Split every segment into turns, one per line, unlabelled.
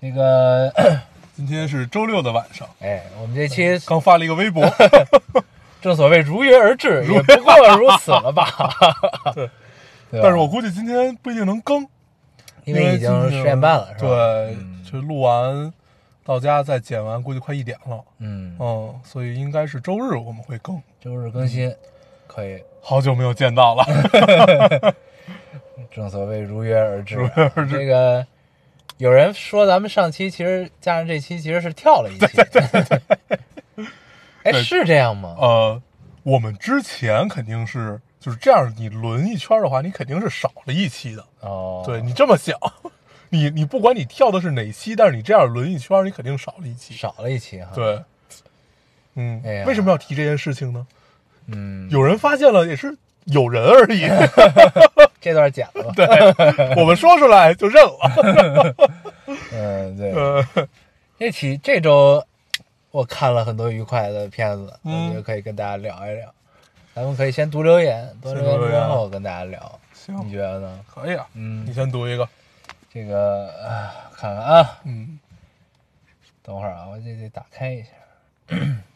那个，
今天是周六的晚 上，
哎，我们这期
刚发了一个 微博，
啊正所谓如约而至，也不过如此了吧？
对，
对吧
但是我估计今天不一定能更，
因为已经
今
十
天
点半了，是吧？，嗯
对，就录完到家再剪完，估计快一点了。
嗯，
嗯，所以应该是周日我们会更。
周日更新可以，
好久没有 见到了，
正所谓如约而至。
如约而至
这个有人说咱们上期其实加上这期其实是跳了一期， 哎，
对
是这样吗？
呃，我们之前肯定是就是这样，你轮一圈的话，你肯定是少了一期的。
哦，
对，你这么想， 你你不管你跳的是哪期，但是你这样轮一圈，你肯定少了一期。
少了一期哈。，
对，嗯
啊哎呀，
为什么要提这件事情呢？
嗯，
有人发现了，也是有人而 已。
这段剪了吧。
对，我们说出来就认 了。
嗯，对。
呃，
这期这周我看了很多愉快的片子，
嗯
我觉得可以跟大家聊一聊。咱们可以先读留言，读留
先读
言
留
之
言啊
后跟大家聊，你
行，
觉得呢？
可以啊。
嗯
你，先读一个。
这个啊，看看啊，
嗯
等会儿啊，我这得打开一下。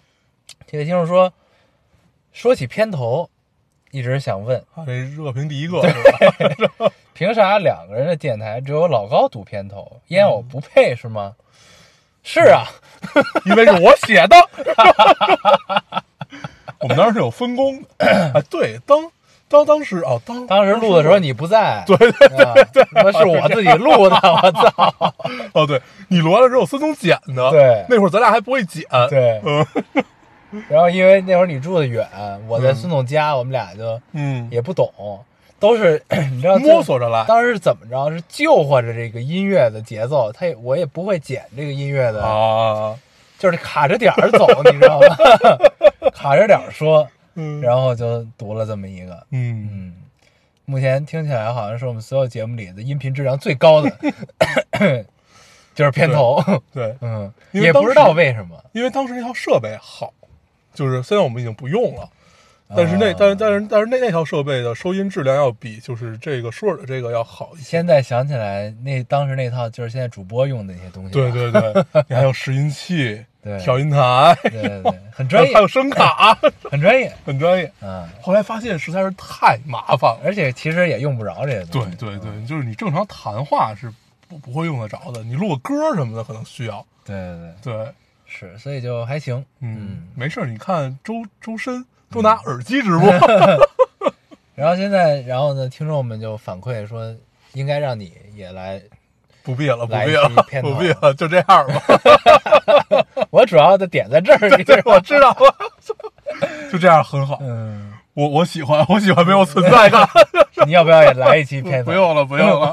这个听众说，说起片头，一直想问，
啊，这热评第一个是吧？
凭啥两个人的电台只有老高读片头，烟偶不配是吗？
嗯
是啊，
因为是我写 的。我们当时是有分工的。 啊，对，当当当时哦，当
当时录的时候你不在，对
对
对对，那是我自己录 的，我操！
哦，对你录完了之后，孙总剪的。
对
那会儿咱俩还不会剪。
对
嗯
然后因为那会儿你住的远，我在孙总家，我们俩就
嗯，
也不懂，都是 你知道最
摸索着来。
当时是怎么着？是救活着这个音乐的节奏，他也我也不会剪这个音乐的，
啊，
就是卡着点儿走，你知道吗？ 卡着点儿说，
嗯
然后就读了这么一个，
嗯，
嗯，目前听起来好像是我们所有节目里的音频质量最高的， 就是片头，
对，
嗯，
因为
也不知
当时
道为什么，
因为当时那套设备好，就是现在我们已经不用了，
啊
但是那、但是但是但是那那套设备的收音质量要比就是这个舒尔的这个要好一些。
现在想起来，那当时那套就是现在主播用的那些东西吧，
对 对对，你还有拾音器
对、
调音台，
对对对，很
还
专
有还有
业，
声卡，
很专业，
很专业。
嗯，
后来发现实在是太麻烦了。
而且其实也用不着这些
对
东西，
对对，就是你正常谈话是不不会用得着的，你录个歌什么的可能需要。
对对对，
对，
是，所以就还行，
嗯
嗯，
没事儿，你看周周深都拿耳机直 播，
然后现在，然后呢，听众们就反馈说，应该让你也来。
不必了，不
来一
必
期
了，
片
不
头
必了，就这样吧。
我主要的点在这儿，你知
对，
道
我
吗？
知道了，就这样很好。
嗯，
我我喜欢，我喜欢没有存在 感。
你要不要也来一期片头？
不，用了，不用了，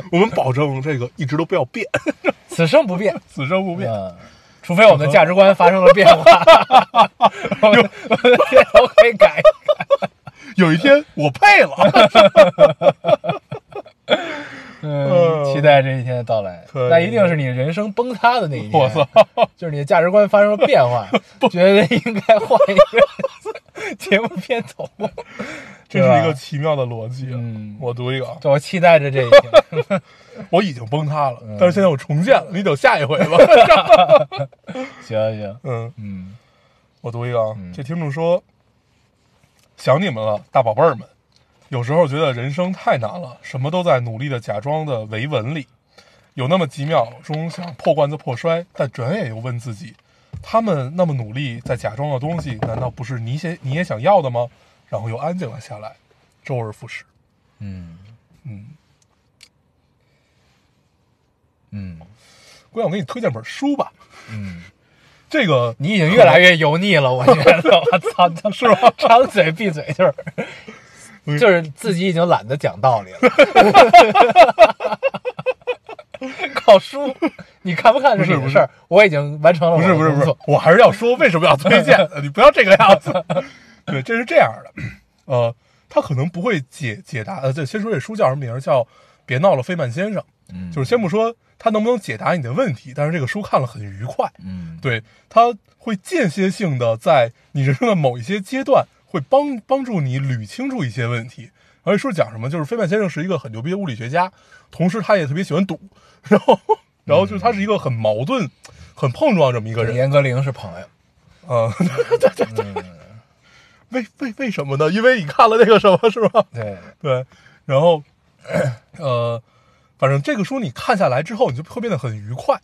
我们保证这个一直都不要变，
此生不变。
此生不变。
嗯，除非我们的价值观发生了变化，我们我们的片头可以 改。
有一天我配 了，
嗯，期待这一天的到来。
可以
那一定是你人生崩塌的那一天。
我操！
就是你的价值观发生了变 化，觉得应该换一个 节目片头。
这是一个奇妙的逻辑。
嗯
我读一 个啊，
我期待着这一天。
我已经崩塌了，但是现在我重建了，你等下一回 吧。
行行，
嗯，
嗯，
我读一个啊，这听众说，想你们了，大宝贝儿们。有时候觉得人生太难了，什么都在努力的假装的维稳里，有那么几秒钟想破罐子破摔，但转眼又问自己，他们那么努力在假装的东西，难道不是你想你也想要的吗？然后又安静了下来，周而复始。
嗯
嗯，
嗯
姑娘，我给你推荐本书吧，
嗯，
这个
你已经越来越油腻了，我觉得，我操，是吧？张嘴闭嘴
嗯
就是，就是自己已经懒得讲道理了，靠书，你看不看是你
不
的
是
事儿，我已经完成了我
不
的
是不是不
工
是
作，
我还是要说为什么要推荐，你不要这个样子。 对，这是这样的，呃，他可能不会解解答，呃，对，先说这书叫什么名儿，叫《别闹了，费曼先生》，
嗯
就是先不说他能不能解答你的问题，但是这个书看了很愉快，
嗯，
对，它会间歇性的在你人生的某一些阶段，会帮帮助你捋清楚一些问题。而且说讲什么，就是费曼先生是一个很牛逼的物理学家，同时他也特别喜欢赌，然后，然后就是他是一个很矛盾、很碰撞这么一个
跟
人。
严歌苓是朋友，
啊、 对对对，为为为什么呢？因为你看了那个什么，是吧？
对，
对，然后，呃，反正这个书你看下来之后，你就会变得很愉快，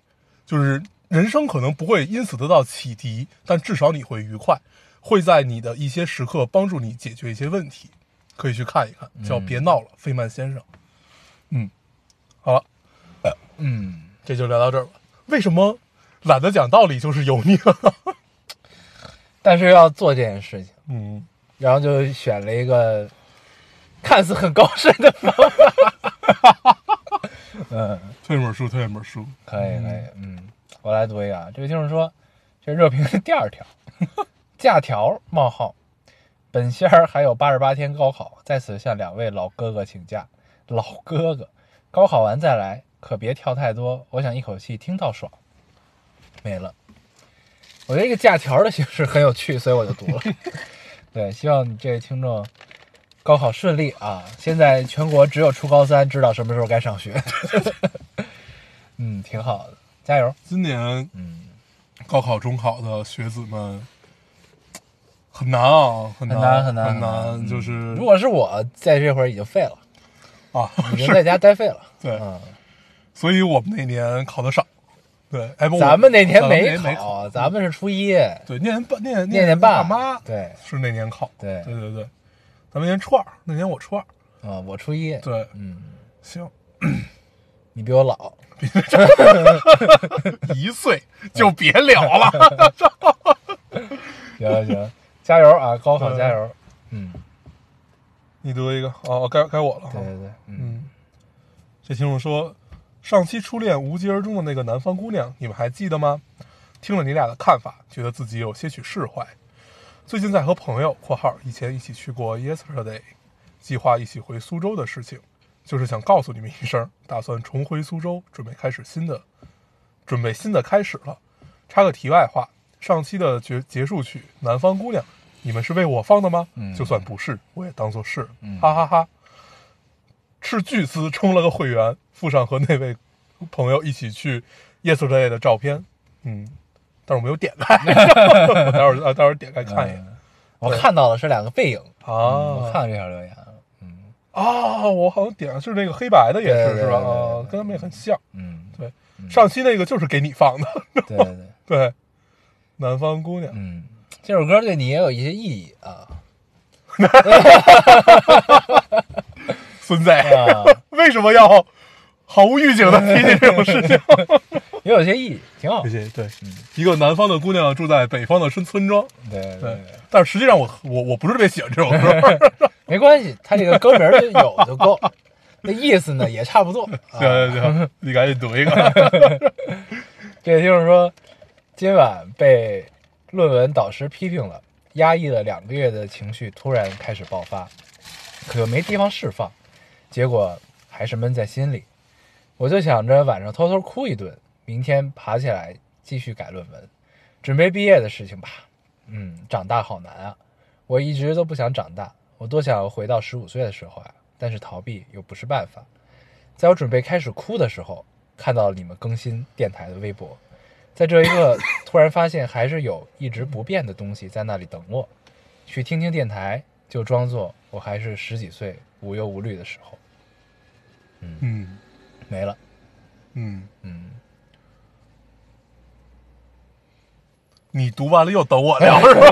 就是人生可能不会因此得到启迪，但至少你会愉快，会在你的一些时刻帮助你解决一些问题，可以去看一看，叫《别闹了，费曼先生》。嗯，好了，
嗯，
这就聊到这儿吧。为什么懒得讲道理就是油腻了？
但是要做这件事情，
嗯，
然后就选了一个看似很高深的方法，嗯，
推荐本书，推荐本书。
可以可以，嗯，我来读一个啊，这个就是说，这热评的第二条， 假条冒号，本仙儿还有八十八天高考，在此向两位老哥哥请假，老哥哥，高考完再来，可别跳太多，我想一口气听到爽，没了。我觉得这个假条的形式很有趣，所以我就读了。 对，希望你这位听众高考顺利啊！现在全国只有初高三知道什么时候该上学。嗯，挺好的，加油。
今年
嗯，
高考、中考的学子们很难啊，很难，嗯
很难很
很
难嗯
难，就是
如果是我在这会儿已经废了，
啊，
已经
是
在家待废了。
对，
嗯，
所以我们那年考的少，对，哎，不
咱们那年
咱们
没
年没考，
咱们是初一，
对，那年半，那年
念
年
爸
爸妈，，
对，
是那年考，
对
对对对，咱们那年初二，那年我初二，
啊，我初一，
对，
嗯，
行，
你比我 老，
一岁就别聊了，
行行，加油啊，高考加油。嗯，
你读一个，哦，该该我了
对
哈，
对对，嗯，
嗯，这听众说，上期初恋无疾而终的那个南方姑娘，你们还记得吗？听了你俩的看法，觉得自己有些许释怀。最近在和朋友（括号以前一起去过 Yesterday） 计划一起回苏州的事情，就是想告诉你们一声，打算重回苏州，准备开始新的，准备新的开始了。插个题外话，上期的结结束曲《南方姑娘》，你们是为我放的吗？
嗯
就算不是，我也当做是，
嗯
哈哈哈。斥巨资充了个会员，附上和那位朋友一起去 Yesterday 的照片，嗯，但是我没有点 开，我待会儿啊待会儿点开看一眼、
我看到了是两个背影，嗯我
啊
看到这条留言了。嗯
啊！我好像点的是那个黑白的，也
对
是
对
是吧？
对对
啊
对，
跟他们也很像。
嗯，
对，上期那个就是给你放的，
对对对，
对，南方姑娘，
嗯，这首歌对你也有一些意义 啊。
孙子，
啊
为什么要毫无预警的提起这种事情？
也有些意义，挺好。
谢
对
谢，对， 一个南方的姑娘住在北方的村村庄，
对
对
对，，
但是实际上我我我不是特别喜欢这 首歌，
没关系，他这个歌名儿就有就够了，那意思呢也差不多。啊、
行行行，你赶紧读一个，
这 也就是说，今晚被论文导师批评了，压抑了两个月的情绪突然开始爆发，可又没地方释放，结果还是闷在心里。我就想着晚上偷偷哭一顿，明天爬起来继续改论文，准备毕业的事情吧。嗯，长大好难啊！我一直都不想长大，我多想回到十五岁的时候啊，但是逃避又不是办法。在我准备开始哭的时候，看到了你们更新电台的微博，在这一刻突然发现还是有一直不变的东西在那里等我，去听听电台，就装作我还是十几岁无忧无虑的时候，
嗯
没了。
嗯，
嗯，
你读完了又等我聊是吧？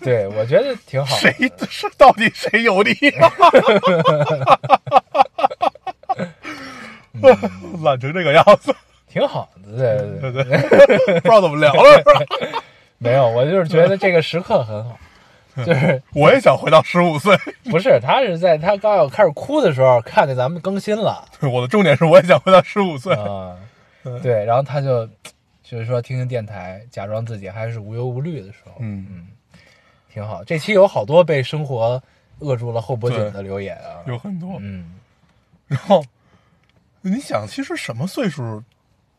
对，我觉得挺好的。
谁是到底谁有理、啊？
嗯
懒成这个样子，
挺好的，对对
对
对，
对，不知道怎么聊了，是吧？
没有，我就是觉得这个时刻很好，就是
我也想回到十五岁，
不是他是在他刚要开始哭的时候看见咱们更新了
我的重点是我也想回到十五 岁。
啊、
嗯
对，然后他就就是说听听电台，假装自己还是无忧无虑的时候，
嗯，
挺好。这期有好多被生活扼住了后脖颈的留言啊，
有很多。
嗯，
然后你想，其实什么岁数，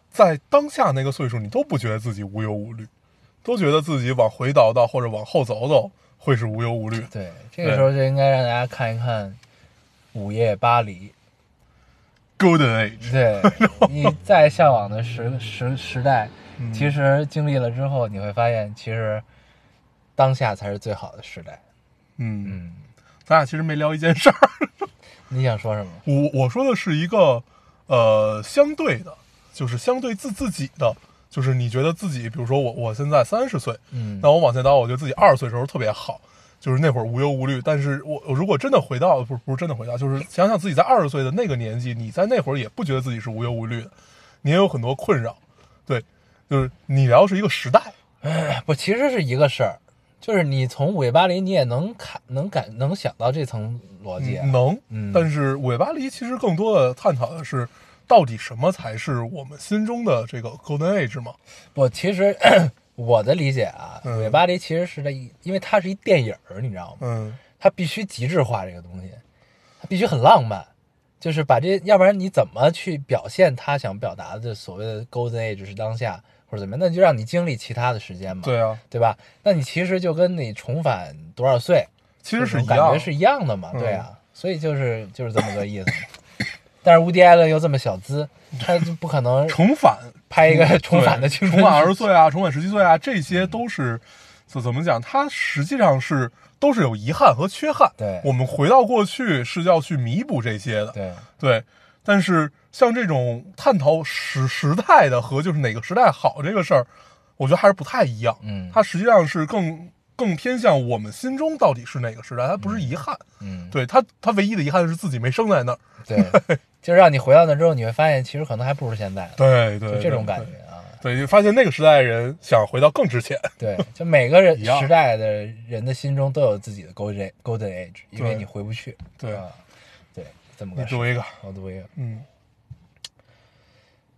在当下那个岁数，你都不觉得自己无忧无虑，都觉得自己往回倒倒或者往后走走会是无忧无虑的。
对，这个时候就应该让大家看一看《午夜巴黎
Golden》。Age，
对你再向往的时时时代，
嗯
其实经历了之后，你会发现，其实当下才是最好的时代。
嗯，
嗯，
咱俩其实没聊一件事儿。
你想说什么？
我我说的是一个呃相对的，就是相对自自己的，就是你觉得自己，比如说我我现在三十岁，
嗯
那我往前倒，我觉得自己二十岁时候特别好，就是那会儿无忧无虑。但是我我如果真的回到，不是不是真的回到，就是想想自己在二十岁的那个年纪，你在那会儿也不觉得自己是无忧无虑的，你也有很多困扰，对，就是你聊的是一个时代，
不，其实是一个事儿，就是你从《午夜巴黎》，你也能看、能感、能想到这层逻辑啊。
能，
嗯
但是尾巴黎其实更多的探讨的是。到底什么才是我们心中的这个 golden age 嘛？
我其实我的理解啊，
嗯
《午夜巴黎》其实是这一，因为它是一电影儿，你知道吗？
嗯，
它必须极致化这个东西，它必须很浪漫，就是把这，要不然你怎么去表现他想表达的所谓的 golden age 是当下或者怎么样？那就让你经历其他的时间嘛，
对啊，
对吧？那你其实就跟你重返多少岁，
其实是
这
一
种感
样
觉
的，
是一样的嘛，
嗯
对啊，所以就是就是这么个意思。 但是无敌艾伦又这么小资，他就不可 能
重返
拍一个重
对
返的青春
重返二
剧
十岁啊，重返十七岁啊，这些都是怎怎么讲？它实际上是都是有遗憾和缺憾。
对
我们回到过去是要去弥补这些的。
对
对但是像这种探讨时时代的和就是哪个时代好这个事儿，我觉得还是不太一样。
嗯
它实际上是更更偏向我们心中到底是哪个时代，它不是遗憾。
嗯
对它，它唯一的遗憾是自己没生在那儿。
对，就让你回到那之后，你会发现其实可能还不如现在呢，
对对，
就这种
对
感。
对
觉啊。
对，就发现那个时代的人想回到更之前。
对，就每个人
一样
时代的人的心中都有自己的 golden golden age，因为
对
你回不去。
对
啊， 对，这么
你
个事
读。一个，
我读一个，
嗯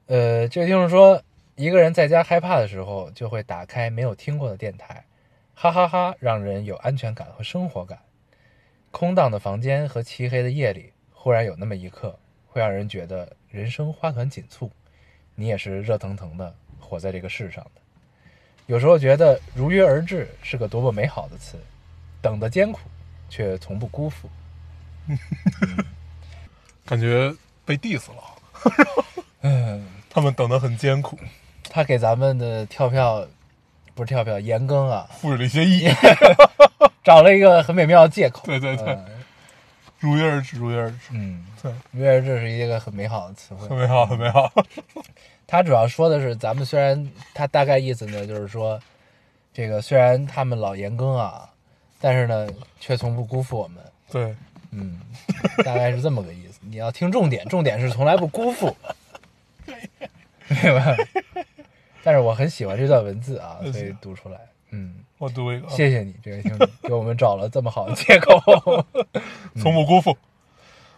呃，这个听众说，一个人在家害怕的时候，就会打开没有听过的电台，哈哈哈让人有安全感和生活感。空荡的房间和漆黑的夜里，忽然有那么一刻，会让人觉得人生花团锦簇，你也是热腾腾的活在这个世上的。有时候觉得如约而至是个多么美好的词，等的艰苦，却从不辜负。
感觉被 diss 了，
嗯，
他们等得很艰 苦，
他给咱们的跳票，不是跳票，延更啊，
赋予了一 些意义。
找了一个很美妙的借口。
对对对
呃，
如约而至，如约而至，
嗯，
对，
如约而至是一个很美好的词汇
特。别好，特别好。
它主要说的是，咱们虽然它大概意思呢，就是说，这个虽然他们老延更啊，但是呢，却从不辜负我们。
对，
嗯， 大概是这么个意思。你要听重点，重点是从来不辜负， 明白吧？但是我很喜欢这段文字啊，所以读出来。嗯，
我读一个，啊
谢谢你，这位听众，给我们找了这么好的借口，
从不辜负。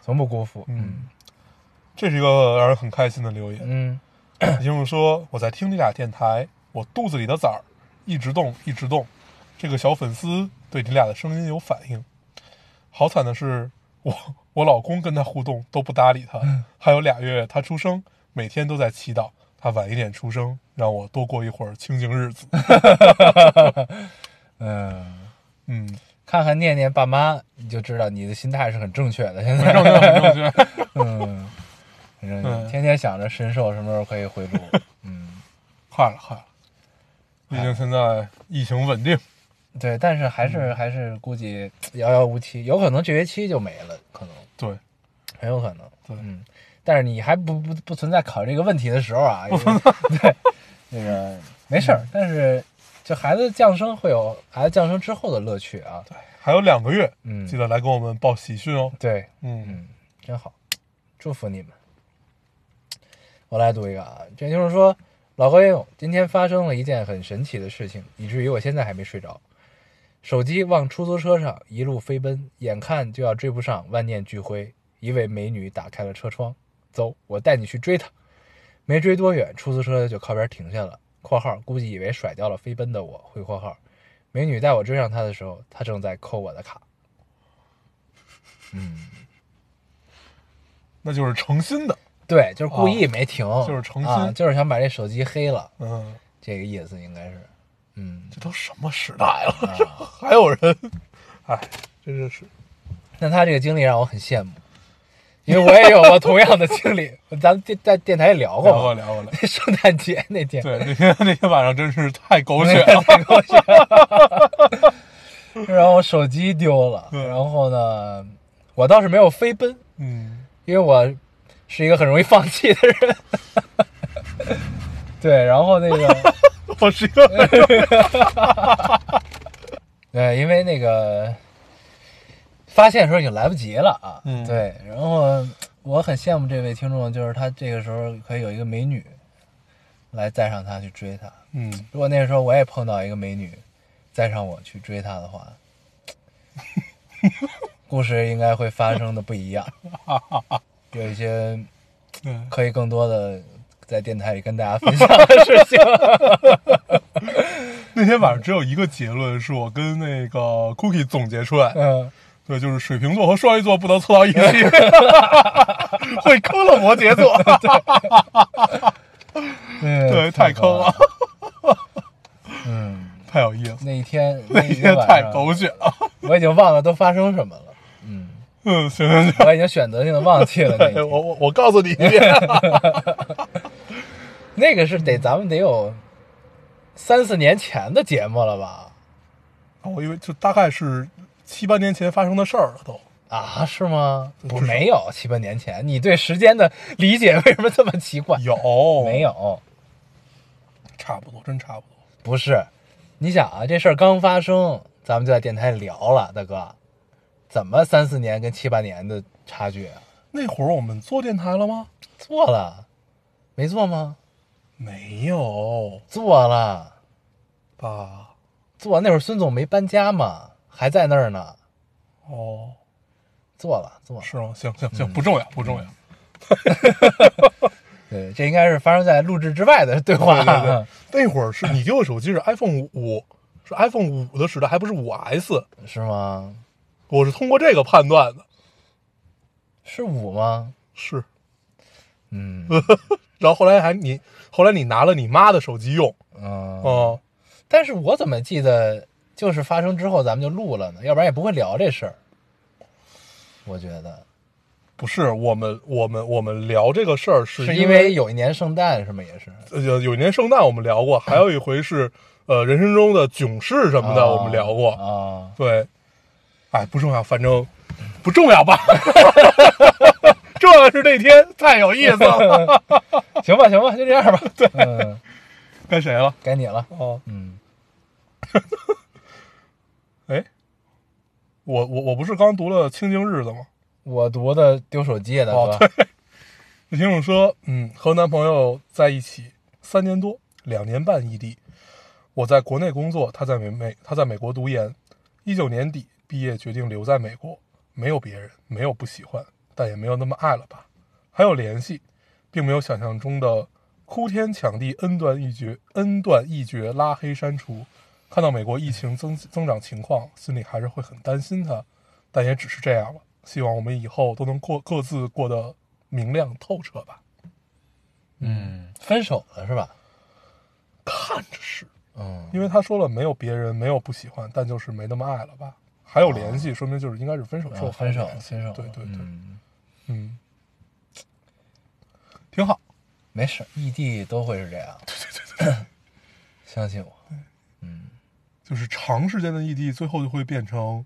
从不辜负。嗯
嗯，这是一个让人很开心的留言。
嗯
李静茹说：“我在听你俩电台，我肚子里的崽儿一直动，一直动。这个小粉丝对你俩的声音有反应。好惨的是，我我老公跟他互动都不搭理他，还有俩月他出生，每天都在祈祷他晚一点出生，让我多过一会儿清静日子。
嗯。
嗯，
看看念念爸妈，你就知道你的心态是很正确的。现
很
在，
正确，很正确。”
嗯，很正确，
嗯
天天想着神兽什么时候可以回 炉。嗯，
快了，快了，毕竟现在疫情稳定，
对，但是还是还是估计遥遥无期，有可能这学期就没了，可能
对，
很有可能。
对
嗯，但是你还不不不存在考虑这个问题的时候啊， 也对，那个没事儿，但是就孩子降生会有孩子降生之后的乐趣啊。
还有两个月，
嗯
记得来给我们报喜讯哦。
对，
嗯，
嗯，真好，祝福你们。我来读一个啊，这就是说，老高烟友，今天发生了一件很神奇的事情，以至于我现在还没睡着。手机往出租车上一路飞奔，眼看就要追不上，万念俱灰。一位美女打开了车窗，走，我带你去追她。没追多远，出租车就靠边停下了。（括号估计以为甩掉了飞奔的我，回括号）美女带我追上她的时候，她正在扣我的卡。
那就是诚心的，
对，就是故意没停，
哦就是诚心
啊，就是想把这手机黑了，
嗯，
这个意思应该是，嗯，
这都什么时代了，这 还有人，啊哎，真是
那他这个经历让我很羡慕，因为我也有过同样的经历， 咱们电在电台也聊过
聊过
嘛，
聊过聊，
圣诞节那天，
对，那天那天晚上真是啊太狗血 了，
然后我手机丢了，
对
然后呢，我倒是没有飞奔，
嗯，
因为我是一个很容易放弃的人。 对，然后那个，
我是一个，
对，呃因为那个发现的时候已经来不及了啊。
嗯
对，然后我很羡慕这位听众，就是他这个时候可以有一个美女来载上他去追他。
嗯，
如果那个时候我也碰到一个美女，载上我去追她的话，故事应该会发生的不一样，有一些
对，
可以更多的在电台里跟大家分享的事 情。
那天晚上只有一个结论，是我跟那个 Cookie 总结出来的，
嗯，
对，就是水瓶座和双鱼座不能凑到一起， 会坑了摩羯座，
对
对，太坑了，，
嗯，
太有意思，
那一天
那
一
天
天晚
太
上
狗血了，
我已经忘了都发生什么了，
嗯，行行行。
我已经选择性的忘记了那一
哎
天
我我我告诉你一遍，
那个是得咱们得有三四年前的节目了吧？
我以为就大概是七八年前发生的事儿了都。
啊，是吗？
不
不，
是
没有七八年前。你对时间的理解为什么这么奇怪？
有
没？有？
差不多，真差不多。
不是，你想啊，这事儿刚发生，咱们就在电台里聊了，大哥，怎么三四年跟七八年的差距啊？
那会儿我们做电台了吗？
做了，没做吗？
没有
做了，
吧？
做。那会儿孙总没搬家嘛，还在那儿呢。
哦，
做了，做了。
是吗？行行
嗯
行，不重要，不重要。
对，这应该是发生在录制之外的对话。
对对 那会儿是你给我手机是 iPhone 五，是 iPhone 五的时代，还不是五 S。
是吗？
我是通过这个判断的，
是五吗？
是。
嗯
然后后来还你，后来你拿了你妈的手机用，
嗯。
哦、
但是我怎么记得就是发生之后咱们就录了呢？要不然也不会聊这事儿。我觉得
不是我们，我们我们聊这个事儿是
是因为有一年圣诞是吗？也是
呃，有有一年圣诞我们聊过，还有一回是呃人生中的囧事什么的，
啊
我们聊过。
啊。
对，哎，不重要，反正不重要吧。 重要的是那天太有意思了。
行吧，行吧，就这样吧。 对，嗯，
该谁了？
该你了。
哦，
嗯，
哎，我我我不是刚读了《清静日子》吗？
我读的丢手机的
哦
哥，
那听众说，嗯，和男朋友在一起三年多，两年半异地。我在国内工作，他在美美他在美国读研。一九年底毕业，决定留在美国。没有别人，没有不喜欢，但也没有那么爱了吧。还有联系，并没有想象中的哭天抢地、恩断义绝、恩断义绝、拉黑删除。看到美国疫情增增长情况，心里还是会很担心他，但也只是这样了。希望我们以后都能过各自过得明亮透彻吧。
嗯，分手了是吧？
看着是，
嗯，
因为他说了没有别人，没有不喜欢，但就是没那么爱了吧。还有联系，说明就是应该是分手之后
啊分手
还有联系
分手了
对对对，
嗯
嗯，挺好。
没事，异地都会是这样。对对 对对，相信我。嗯
就是长时间的异地，最后就会变成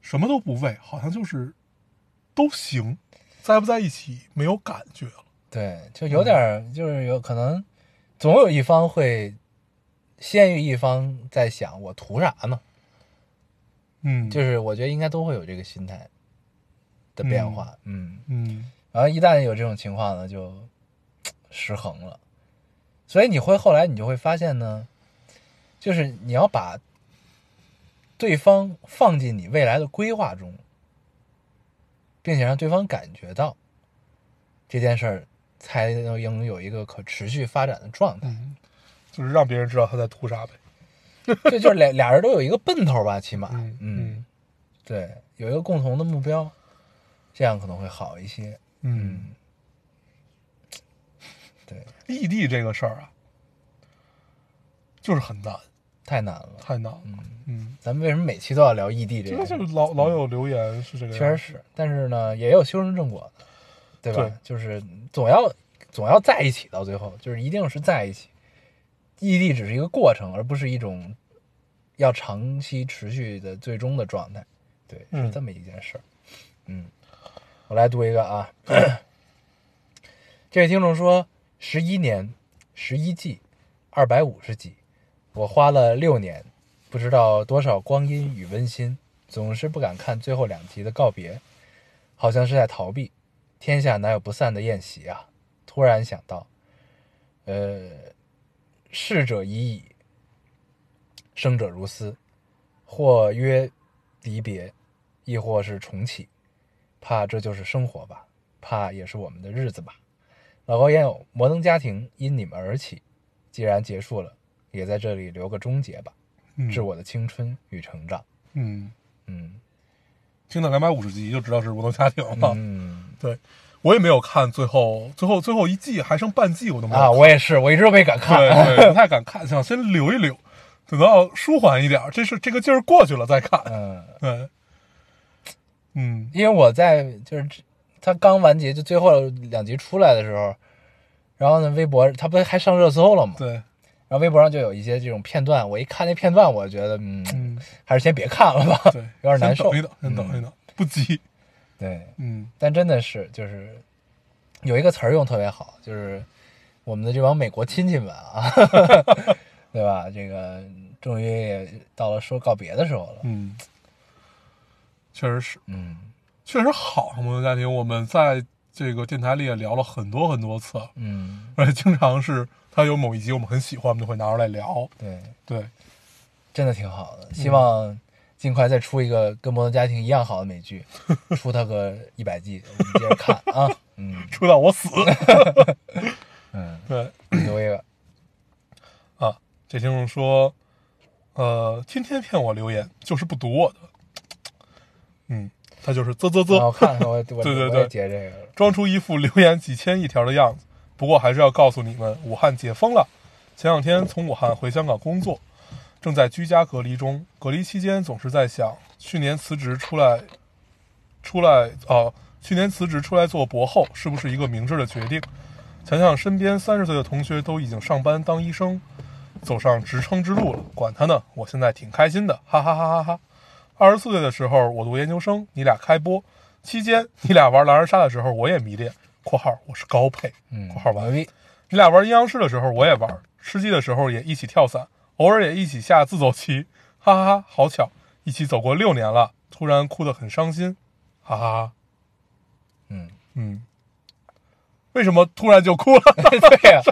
什么都不为，好像就是都行，在不在一起没有感觉了。
对，就有点儿，就是有可能，总有一方会先于一方在想我图啥呢？
嗯，
就是我觉得应该都会有这个心态的变化，嗯。
嗯，
然后一旦有这种情况呢，就失衡了。所以你会后来你就会发现呢，就是你要把对方放进你未来的规划中，并且让对方感觉到这件事儿才能有一个可持续发展的状 态。
嗯就是让别人知道他在图啥呗。
这就是俩俩人都有一个奔头吧，起码，
嗯嗯
对，有一个共同的目标，这样可能会好一些。
嗯
对，
异地这个事儿啊，就是很难，
太难了。
太难了。嗯，
咱们为什么每期都要聊异地这
这
个
个？就是老老有留言是这个
嗯
样子，
确实是，但是呢，也有修成正果的，对吧？
对
就是总要总要在一起，到最后就是一定是在一起。异地只是一个过程，而不是一种要长期持续的最终的状态。对，是
嗯
这么一件事儿。嗯，我来读一个啊。 这位听众说，十一年，十一季，二百五十集，我花了六年，不知道多少光阴与温馨，总是不敢看最后两集的告别，好像是在逃避。天下哪有不散的宴席啊！突然想到，呃，逝者已矣，生者如斯，或曰离别，亦或是重启，怕这就是生活吧，怕也是我们的日子吧。老高烟友，摩登家庭因你们而起，既然结束了，也在这里留个终结吧，
嗯
致我的青春与成长。
嗯，
嗯
听到两百五十集就知道是无能家庭了。
嗯
对我也没有看最后最后最后一季，还剩半季我都没有
啊，我也是，我一直都没敢看。
对对，不太敢看，想先留一留，等到舒缓一点，这是这个劲儿过去了再看。
嗯，
对，嗯
因为我在就是这它刚完结，就最后两集出来的时候，然后呢，微博它不还上热搜了吗？
对，
然后微博上就有一些这种片段，我一看那片段，我觉得嗯，
嗯
还是先别看了吧，
对，
有点难受。嗯
先等一等，先等一等，不急。
对，
嗯
但真的是就是有一个词儿用特别好，就是我们的这帮美国亲戚们啊， 对吧？这个终于也到了说告别的时候了。
嗯，确实是，
嗯
确实好。《摩登家庭》我们在这个电台里也聊了很多很多次，
嗯，
而且经常是它有某一集我们很喜欢，我们就会拿出来聊。
对，
对，
真的挺好
嗯
的，希望尽快再出一个跟《摩登家庭》一样好的美剧，出它个一百季，我们接着看啊。嗯
出到我死。
嗯，
对。
留一个，
啊，这听众说，呃，天天骗我留言，就是不读我的。嗯，他就是啧啧
让我
啧，
看看我我
对对
我
对
也截这个了。
装出一副留言几千一条的样子。不过还是要告诉你们，武汉解封了。前两天从武汉回香港工作，正在居家隔离中。隔离期间总是在想，去年辞职出来，出来哦、去年辞职出来做博后，是不是一个明智的决定？想想身边三十岁的同学都已经上班当医生，走上职称之路了，管他呢，我现在挺开心的，哈哈哈哈哈。二十四岁的时候，我读研究生，你俩开播期间，你俩玩狼人杀的时候，我也迷恋（括号我是高配），
嗯，
括号完
牛逼，
你俩玩阴阳师的时候，我也玩；吃鸡的时候也一起跳伞，偶尔也一起下自走棋，哈哈哈！好巧，一起走过六年了，突然哭得很伤心，哈哈哈！
嗯，
嗯，为什么突然就哭了？
对呀，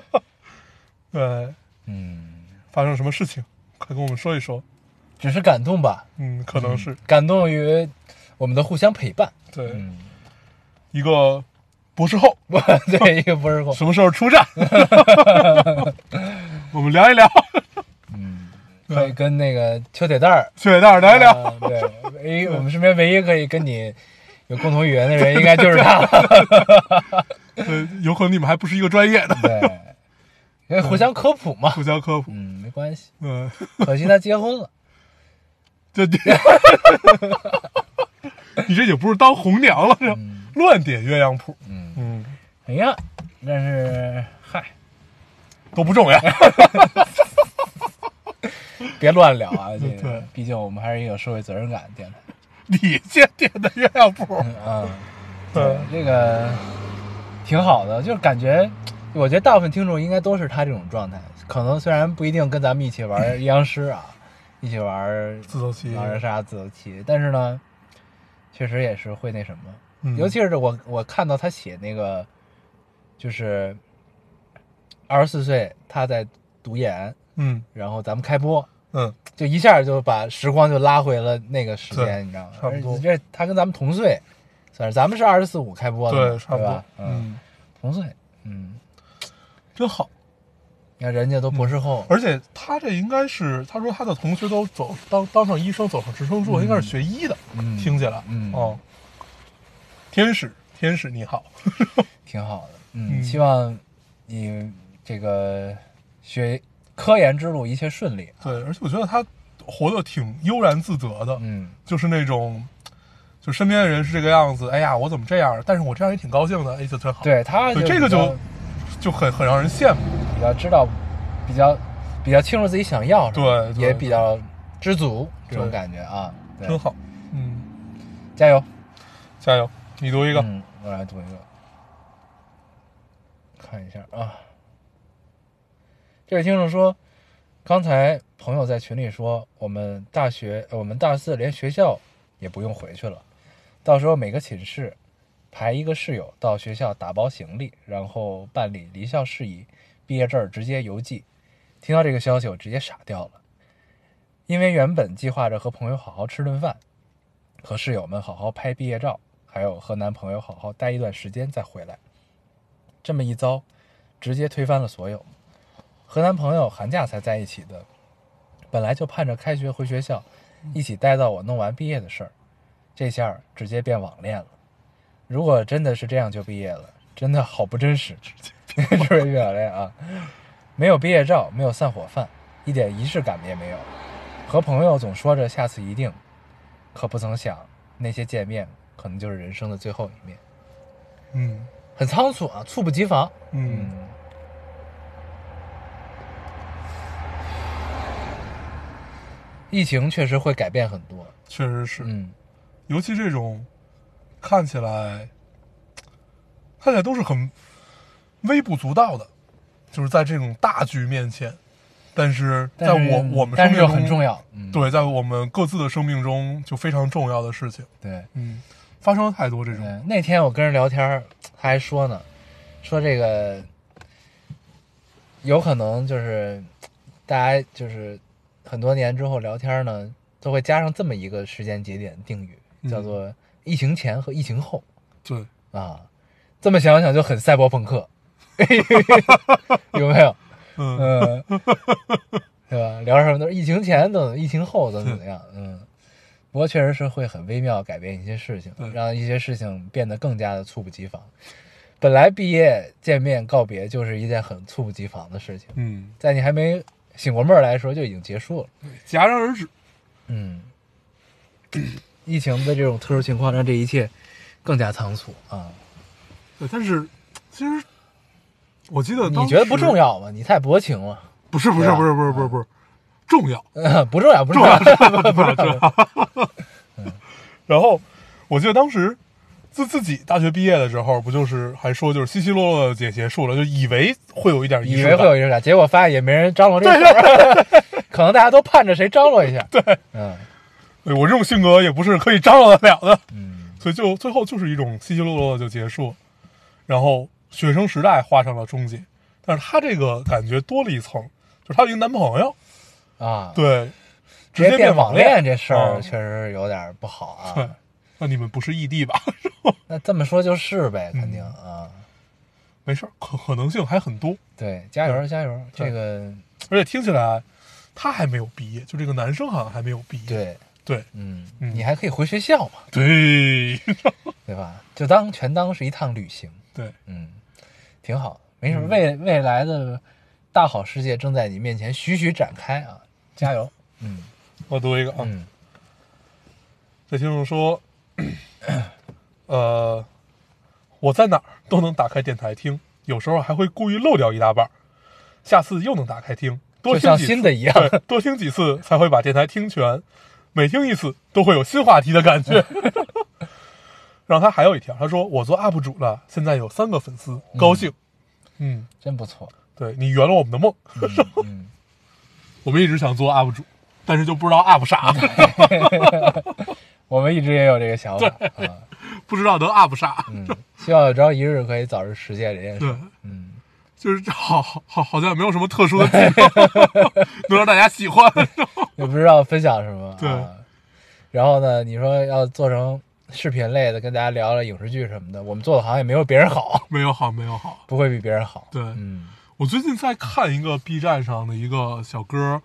对，
嗯，
发生什么事情？快跟我们说一说。
只是感动吧，
嗯，可能是、
感动于我们的互相陪伴。
对、
嗯，
一个博士后
我对一个不是后，
什么时候出战， 我们聊一聊，
嗯，可以跟那个秋铁蛋儿
雪蛋儿聊一聊。
呃对，唯一我们身边唯一可以跟你有共同语言的人，应该就是他了。
呃，有可能你们还不是一个专业的，
对，可以互相科普嘛。
互相科普。
嗯，没关系，
嗯，
可惜他结婚了。
这这，你这也不是当红娘了，这乱点鸳鸯谱。
嗯
嗯，
很遗憾，但是嗨，
都不重要。
别乱聊啊！这个
对，
毕竟我们还是一个有社会责任感的电台。
你先点的鸳鸯谱。
嗯，
嗯
这个挺好的，就是感觉，我觉得大部分听众应该都是他这种状态，可能虽然不一定跟咱们一起玩阴阳师啊，一起玩
自走棋，
狼人杀、自由棋，但是呢，确实也是会那什么，
嗯
尤其是我我看到他写那个，就是二十四岁他在读研，
嗯
然后咱们开播，
嗯，
就一下就把时光就拉回了那个时
对
间，你知道吗？
差不多
而且这他跟咱们同岁，算是咱们是二十四五开播的嘛，
对，差不多
吧。？
嗯，
同岁，嗯，
真好。
那人家都博士后，
而且他这应该是，他说他的同学都走当当上医生，走上职称之后，应该是学医的，
嗯
听起来，
嗯
哦，天使，天使你好，
挺好的。嗯，
嗯
希望你这个学科研之路一切顺利。
对，而且我觉得他活得挺悠然自得的，
嗯
就是那种，就身边的人是这个样子，哎呀，我怎么这样？但是我这样也挺高兴的，哎，就真，好，
对他
对这个
比较
就就很很让人羡慕，
比较知道，比较比较清楚自己想要什么，
对对
也比较知足这种
对
感觉啊，对
真，好，嗯，
加油！
加油，你读一个，
嗯，我来读一个，看一下啊。这位听众说，刚才朋友在群里说，我们大学，呃我们大四连学校也不用回去了，到时候每个寝室排一个室友到学校打包行李，然后办理离校事宜，毕业证儿直接邮寄。听到这个消息，我直接傻掉了，因为原本计划着和朋友好好吃顿饭，和室友们好好拍毕业照，还有和男朋友好好待一段时间再回来。这么一遭，直接推翻了所有。和男朋友寒假才在一起的，本来就盼着开学回学校，一起待到我弄完毕业的事儿，这下儿直接变网恋了。如果真的是这样就毕业了，真的好不真实，直 接变网恋啊！没有毕业照，没有散伙饭，一点仪式感也没有。和朋友总说着下次一定，可不曾想，那些见面可能就是人生的最后一面，
嗯
很仓促啊，猝不及防。
嗯，
疫情确实会改变很多，
确实是，
嗯，
尤其这种看起来看起来都是很微不足道的，就是在这种大局面前，但是在
但是
我我们生
但
命
是又
中
很重要，嗯，
对，在我们各自的生命中就非常重要的事情，
对
嗯，发生了太多这种，
对。那天我跟人聊天儿，他还说呢，说这个有可能就是大家就是很多年之后聊天呢，都会加上这么一个时间节点定语，
嗯
叫做疫情前和疫情后。
对，
啊，这么想想就很赛博朋克， 有没有？
嗯，
嗯，对吧？聊什么都是疫情前怎么，疫情后怎么怎么样，嗯。不过确实是会很微妙改变一些事情
对，
让一些事情变得更加的猝不及防。本来毕业见面告别就是一件很猝不及防的事情，
嗯，
在你还没醒过味儿来的时候就已经结束了。
戛然而止，
嗯，疫情的这种特殊情况让这一切更加仓促啊。
对，但是其实我 记得
你觉得不重
要？
要吗？你太薄情了。
不是不
对
是
吧
不是不是不是不是重要，
嗯，不重要，不重要，不重要。
然后我记得当时自自己大学毕业的时候，不就是还说就是稀稀落落的解结束了，就以为会有一点 仪
以
式
为
感，
会有仪式感，结果发现也没人张罗这事儿， 可能大家都盼着谁张罗一下。 对，嗯
对我这种性格也不是可以张罗得了的，
嗯，
所以就最后就是一种稀稀落落的就结束，然后学生时代画上了终结。但是她这个感觉多了一层，就是她有一个男朋友，
啊，，
对，
直
接变
变网恋哦
恋
这事儿
嗯
确实是有点不好
对
啊。，
那你们不是异地吧？
那这么说就是呗，肯定啊。
没事儿，可可能性还很多，
对，加油加油，
对
这个
而且听起来他还没有毕业，就这个男生好像还没有毕业。
对，
对
嗯，
嗯
你还可以回学校嘛，
对
对吧？就当全当是一趟旅行，
对，
嗯，挺好，没
嗯
什么。未未来的大好世界正在你面前徐徐展开啊，加油！嗯
我读一个啊，
嗯。
这听众说， 呃，我在哪儿都能打开电台听，有时候还会故意漏掉一大半儿，下次又能打开听，多
就
听
像
几次
新的一样
对， 多听几次才会把电台听全，每听一次都会有新话题的感觉。 然后他还有一条，他说我做 UP 主了，现在有三个粉丝，高兴。嗯，
真不错。
对你圆了我们的梦，
嗯，
我们一直想做 UP 主，但是就不知道 UP 啥，
我们一直也有这个想法啊。
不知道能 UP 啥。
嗯，希望有朝一日可以早日实现这件
对
事。，嗯，
就是好好好，好像没有什么特殊的技能能 让大家喜欢。
也不知道分享什么。
对
啊。然后呢，你说要做成视频类的跟大家聊聊影视剧什么的，我们做的好像也没有别人好，
没有好，没有好。
不会比别人好。
对
嗯，
我最近在看一个 B 站上的一个小哥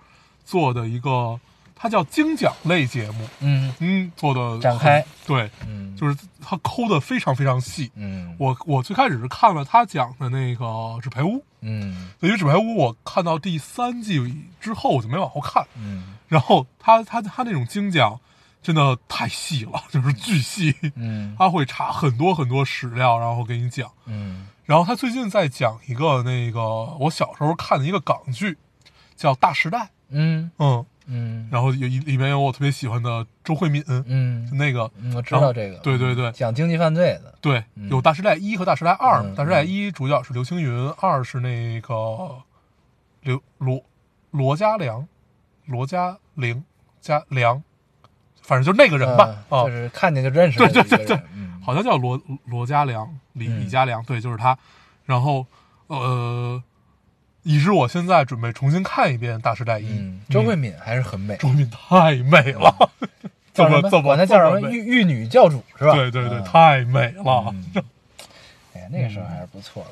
做的一个，他叫精讲类节目，
嗯
嗯，做的
展开，
对，
嗯，
就是他抠的非常非常细。
嗯
我我最开始是看了他讲的那个《纸牌屋》，
嗯
因为《纸牌屋》我看到第三季之后我就没往后看，
嗯
然后他他他那种精讲真的太细了，就是巨细，
嗯
他会查很多很多史料，然后给你讲。
嗯
然后他最近在讲一个那个我小时候看的一个港剧，叫《大时代》，
嗯
嗯，
嗯
然后有一里面有我特别喜欢的周慧敏，
嗯，
那个
嗯我知
然后
道这个，
对对对
讲经济犯罪的，
对，
嗯
有《大时代一》和《大时代二》嘛，
嗯
大时代一》主角是刘青云，二是那个刘罗罗家良、罗家玲、家良，反正就是那个人吧，
嗯
啊，
就是看见就认识的一个人，
对对对对
嗯，
好像叫罗罗家良、李
嗯
李家良，对，就是他。然后，呃，以致我现在准备重新看一遍《大时代一》
嗯，
嗯
周慧敏还是很美，
周敏太美了， 这
嗯叫什
么
么？
这么
管她叫
这
什么
么美
玉玉女教主是吧？
对对对，
嗯
太美了，
嗯哎呀，那个时候还是不错的，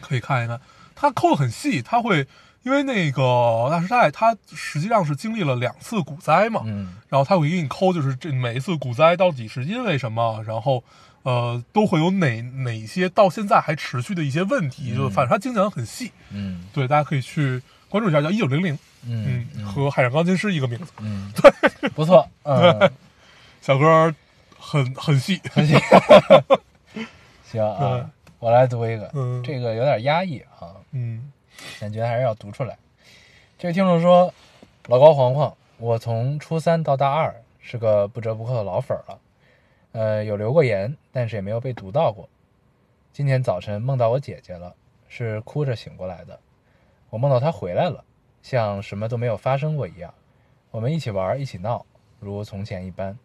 可以看一看。他抠的很细，他会因为那个《大时代》，他实际上是经历了两次股灾嘛，
嗯
然后他会给你抠，就是这每一次股灾到底是因为什么，然后呃都会有哪哪些到现在还持续的一些问题，就反正他精讲得很细，
嗯
对，大家可以去关注一下，叫一九零零，
嗯
嗯，和海上钢琴师一个名字。
嗯，对， 不错，嗯，
小哥儿很很细，
很行， 行啊，我来读一个
嗯，
这个有点压抑啊，
嗯
感觉还是要读出来。这位听众说：“老高黄黄，我从初三到大二是个不折不扣的老粉儿了，呃，有留过言，但是也没有被读到过。今天早晨梦到我姐姐了，是哭着醒过来的。我梦到她回来了，像什么都没有发生过一样。我们一起玩，一起闹，如从前一般。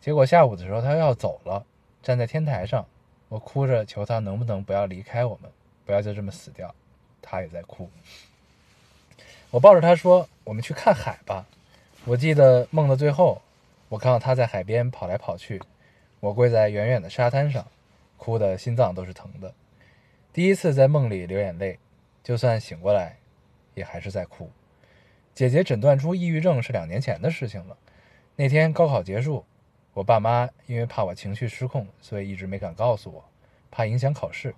结果下午的时候，她要走了，站在天台上，我哭着求她能不能不要离开我们，不要就这么死掉。”他也在哭。我抱着他说：“我们去看海吧。”我记得梦的最后，我看到他在海边跑来跑去，我跪在远远的沙滩上，哭得心脏都是疼的。第一次在梦里流眼泪，就算醒过来，也还是在哭。姐姐诊断出抑郁症是两年前的事情了。那天高考结束，我爸妈因为怕我情绪失控，所以一直没敢告诉我，怕影响考试。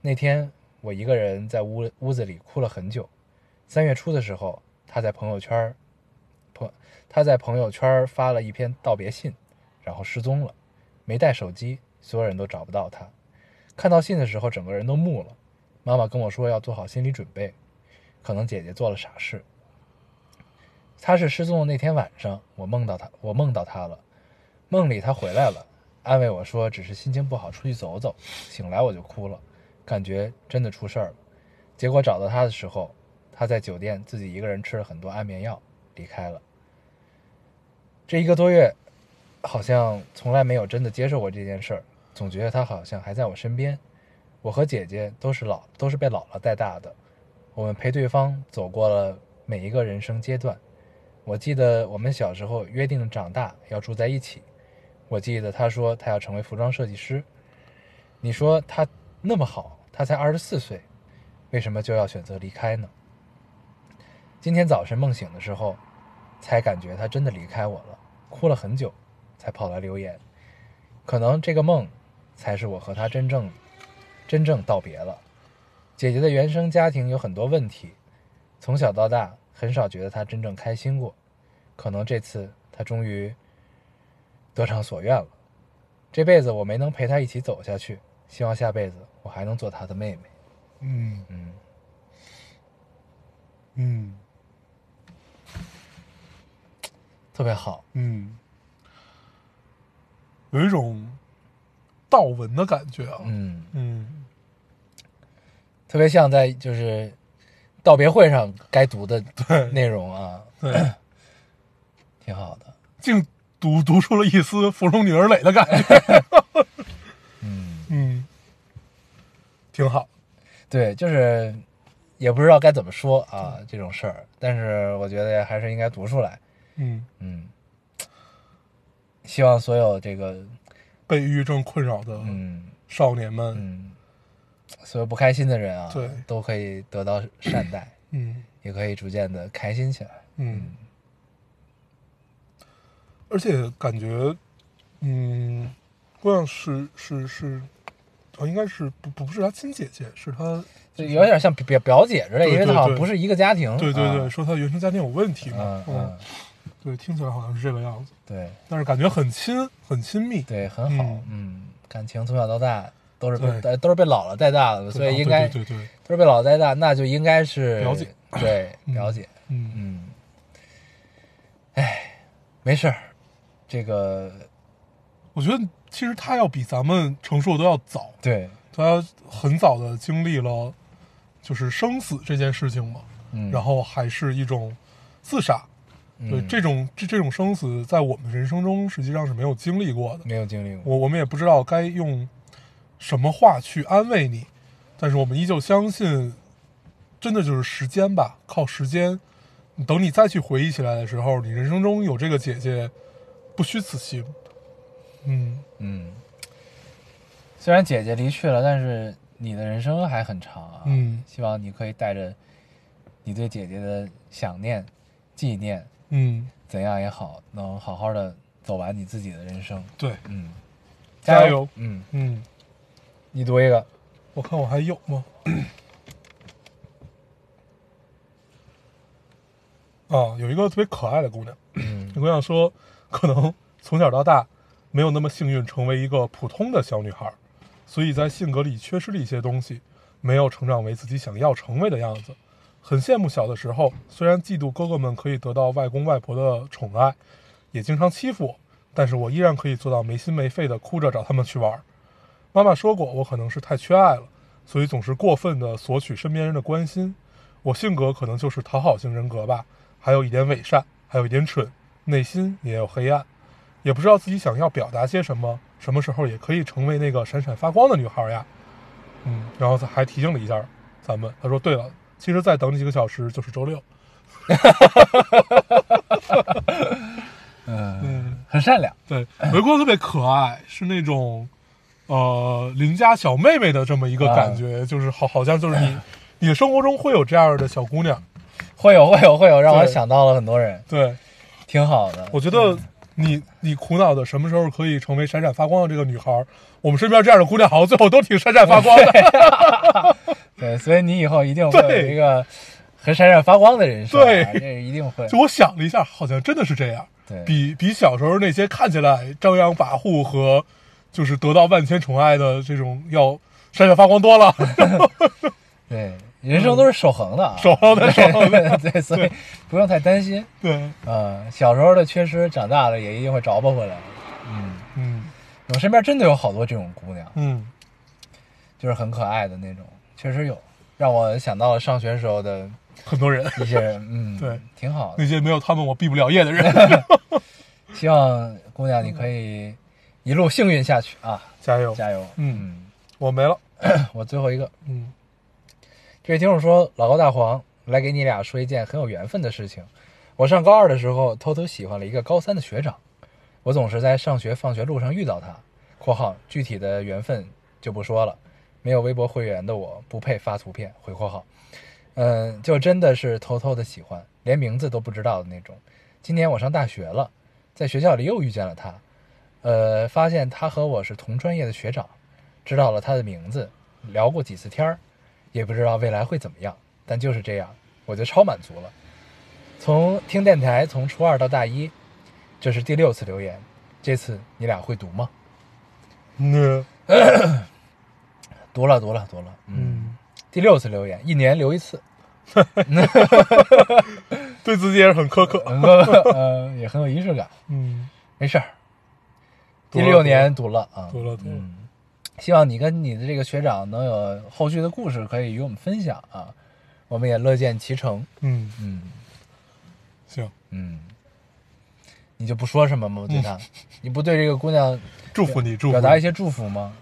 那天我一个人在屋屋子里哭了很久。三月初的时候，他在朋友圈儿朋他在朋友圈儿发了一篇道别信，然后失踪了，没带手机，所有人都找不到他。看到信的时候，整个人都木了。妈妈跟我说要做好心理准备，可能姐姐做了傻事。他是失踪的那天晚上，我梦到他，我梦到他了，梦里他回来了，安慰我说只是心情不好，出去走走。醒来我就哭了。感觉真的出事儿了。结果找到他的时候，他在酒店自己一个人吃了很多安眠药，离开了。这一个多月，好像从来没有真的接受过这件事儿，总觉得他好像还在我身边。我和姐姐都是老都是被姥姥带大的，我们陪对方走过了每一个人生阶段。我记得我们小时候约定长大要住在一起。我记得他说他要成为服装设计师，你说他那么好，他才二十四岁，为什么就要选择离开呢？今天早晨梦醒的时候，才感觉他真的离开我了，哭了很久，才跑来留言。可能这个梦，才是我和他真正真正道别了。姐姐的原生家庭有很多问题，从小到大很少觉得她真正开心过，可能这次她终于得偿所愿了。这辈子我没能陪她一起走下去，希望下辈子我还能做她的妹妹。
嗯
嗯，
嗯
特别好。
嗯，有一种道文的感觉啊。
嗯，
嗯，
特别像在就是道别会上该读的内容啊，
对，
挺好的。
竟读读出了一丝芙蓉女儿泪的感觉。
嗯，
嗯，挺好。
对，就是也不知道该怎么说啊这种事儿，但是我觉得还是应该读出来。
嗯
嗯，希望所有这个
被抑郁症困扰的
嗯
少年们，
嗯，所有不开心的人啊，
对
都可以得到善待，
嗯
也可以逐渐的开心起来。
嗯，而且感觉，嗯，姑娘是是是，哦，应该是不不是她亲姐姐，是她，
就有点像表表姐之类，
对
因为她
对
好像
对
不是一个家庭。
对对对，
啊，
说她原生家庭有问题嘛哦
嗯，嗯，
对，听起来好像是这个样子，
对
但是感觉很亲，很亲密，
对，很好
嗯，
嗯，感情从小到大都是被呃
对
都是被姥姥带大的，
对哦
所以
对
应该
对对对，
都是被姥姥带大，那就应该是
了解，
对了解，
嗯
嗯，哎，没事儿，这个
我觉得其实她要比咱们成熟的都要早，
对，
她很早的经历了就是生死这件事情嘛，
嗯，
然后还是一种自杀。对，
嗯
这种这这种生死，在我们人生中实际上是没有经历过的。
没有经历过，
我我们也不知道该用什么话去安慰你，但是我们依旧相信，真的就是时间吧，靠时间。等你再去回忆起来的时候，你人生中有这个姐姐，不虚此行。嗯，
嗯，虽然姐姐离去了，但是你的人生还很长啊，
嗯
希望你可以带着你对姐姐的想念、纪念，
嗯，
怎样也好，能好好的走完你自己的人生，
对，
嗯，
加
油
油，
嗯，
嗯，
你读一个，
我看我还有吗？ 啊，有一个特别可爱的姑娘，
嗯
这姑娘说，可能从小到大没有那么幸运成为一个普通的小女孩，所以在性格里缺失了一些东西，没有成长为自己想要成为的样子。很羡慕小的时候，虽然嫉妒哥哥们可以得到外公外婆的宠爱，也经常欺负我，但是我依然可以做到没心没肺的哭着找他们去玩儿。妈妈说过，我可能是太缺爱了，所以总是过分的索取身边人的关心。我性格可能就是讨好型人格吧，还有一点伪善，还有一点蠢，内心也有黑暗，也不知道自己想要表达些什么，什么时候也可以成为那个闪闪发光的女孩呀。嗯，然后他还提醒了一下咱们，他说：“对了，其实再等几个小时就是周六。
嗯，
嗯，
很善良，
对，围观特别可爱，是那种呃邻家小妹妹的这么一个感觉，就是好好像就是你你的生活中会有这样的小姑娘。
会有会有会有，让我
对
想到了很多人，
对
挺好的，
我觉得你你苦恼的什么时候可以成为闪闪发光的这个女孩儿，我们身边这样的姑娘好像最后都挺闪闪发光
哦
的。
对，所以你以后一定会有
对
一个很闪闪发光的人生、啊，
对
这一定会，
就我想了一下，好像真的是这样，
对，
比比小时候那些看起来张扬跋扈和就是得到万千宠爱的这种要闪闪发光 多了。
对，人生都是守恒的啊，
嗯守恒的守恒的
对，所以不用太担心，
对，
呃，小时候的缺失，长大了也一定会找补回来的，嗯，
嗯
我身边真的有好多这种姑娘，
嗯
就是很可爱的那种，确实有，让我想到了上学时候的
很多人。
一些人，嗯，
对，
挺好
那
的，
些没有他们我毕不了业的人，
希望姑娘你可以一路幸运下去啊，
加油！
加油，
嗯，我没了，
我最后一个。
嗯
这位听众说：“老高大黄，来给你俩说一件很有缘分的事情。我上高二的时候，偷偷喜欢了一个高三的学长，我总是在上学、放学路上遇到他。（括号具体的缘分就不说了，没有微博会员的我不配发图片。）回括号，嗯，就真的是偷偷的喜欢，连名字都不知道的那种。今年我上大学了，在学校里又遇见了他，呃，发现他和我是同专业的学长，知道了他的名字，聊过几次天儿。也不知道未来会怎么样，但就是这样，我就超满足了。从听电台从初二到大一，这是第六次留言，这次你俩会读吗？嗯
那
读了，读了，读了。嗯，
嗯，
第六次留言，一年留一次，
对自己也是很苛刻，
嗯 呃，也很有仪式感。
嗯，
没事儿，
读
第
了
六年读了啊，
读了读了
嗯希望你跟你的这个学长能有后续的故事可以与我们分享啊，我们也乐见其成。
嗯，
嗯。
行，
嗯，你就不说什么吗？对 她，你不对这个姑娘
祝福你，祝福
表
你
达一些祝福吗？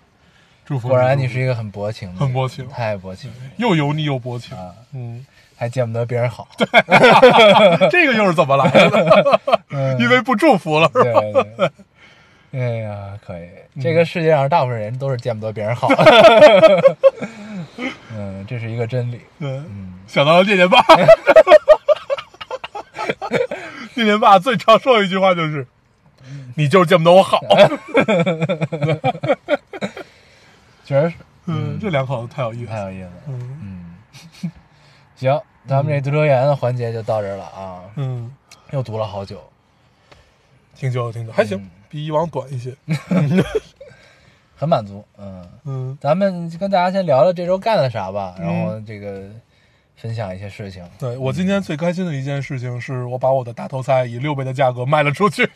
祝福。
果然你
祝福
是一个很薄情的人，
很薄情
太薄情了，
又油腻又薄情
啊，
嗯，
还见不得别人 好。对嗯
这个又是怎么来的？因为不祝福了，是吧？
对对，哎呀，可以！这个世界上大部分人都是见不得别人好。 嗯，这是一个真理。
嗯，想到了念念爸， 念念爸最常说的一句话就是：“
嗯
你就是见不得我好。
确实是，”
嗯，这两口子太有意思
太
了。
有意思了。
嗯
嗯， 行，咱们这读留言的环节就到这儿了啊，
嗯，
又读了好久。
挺久的挺久，还行
嗯，
比以往短一些。
很满足，嗯，
嗯，
咱们跟大家先聊聊这周干了啥吧，然后这个分享一些事情，
对我今天最开心的一件事情是我把我的大头菜以六倍的价格卖了出去，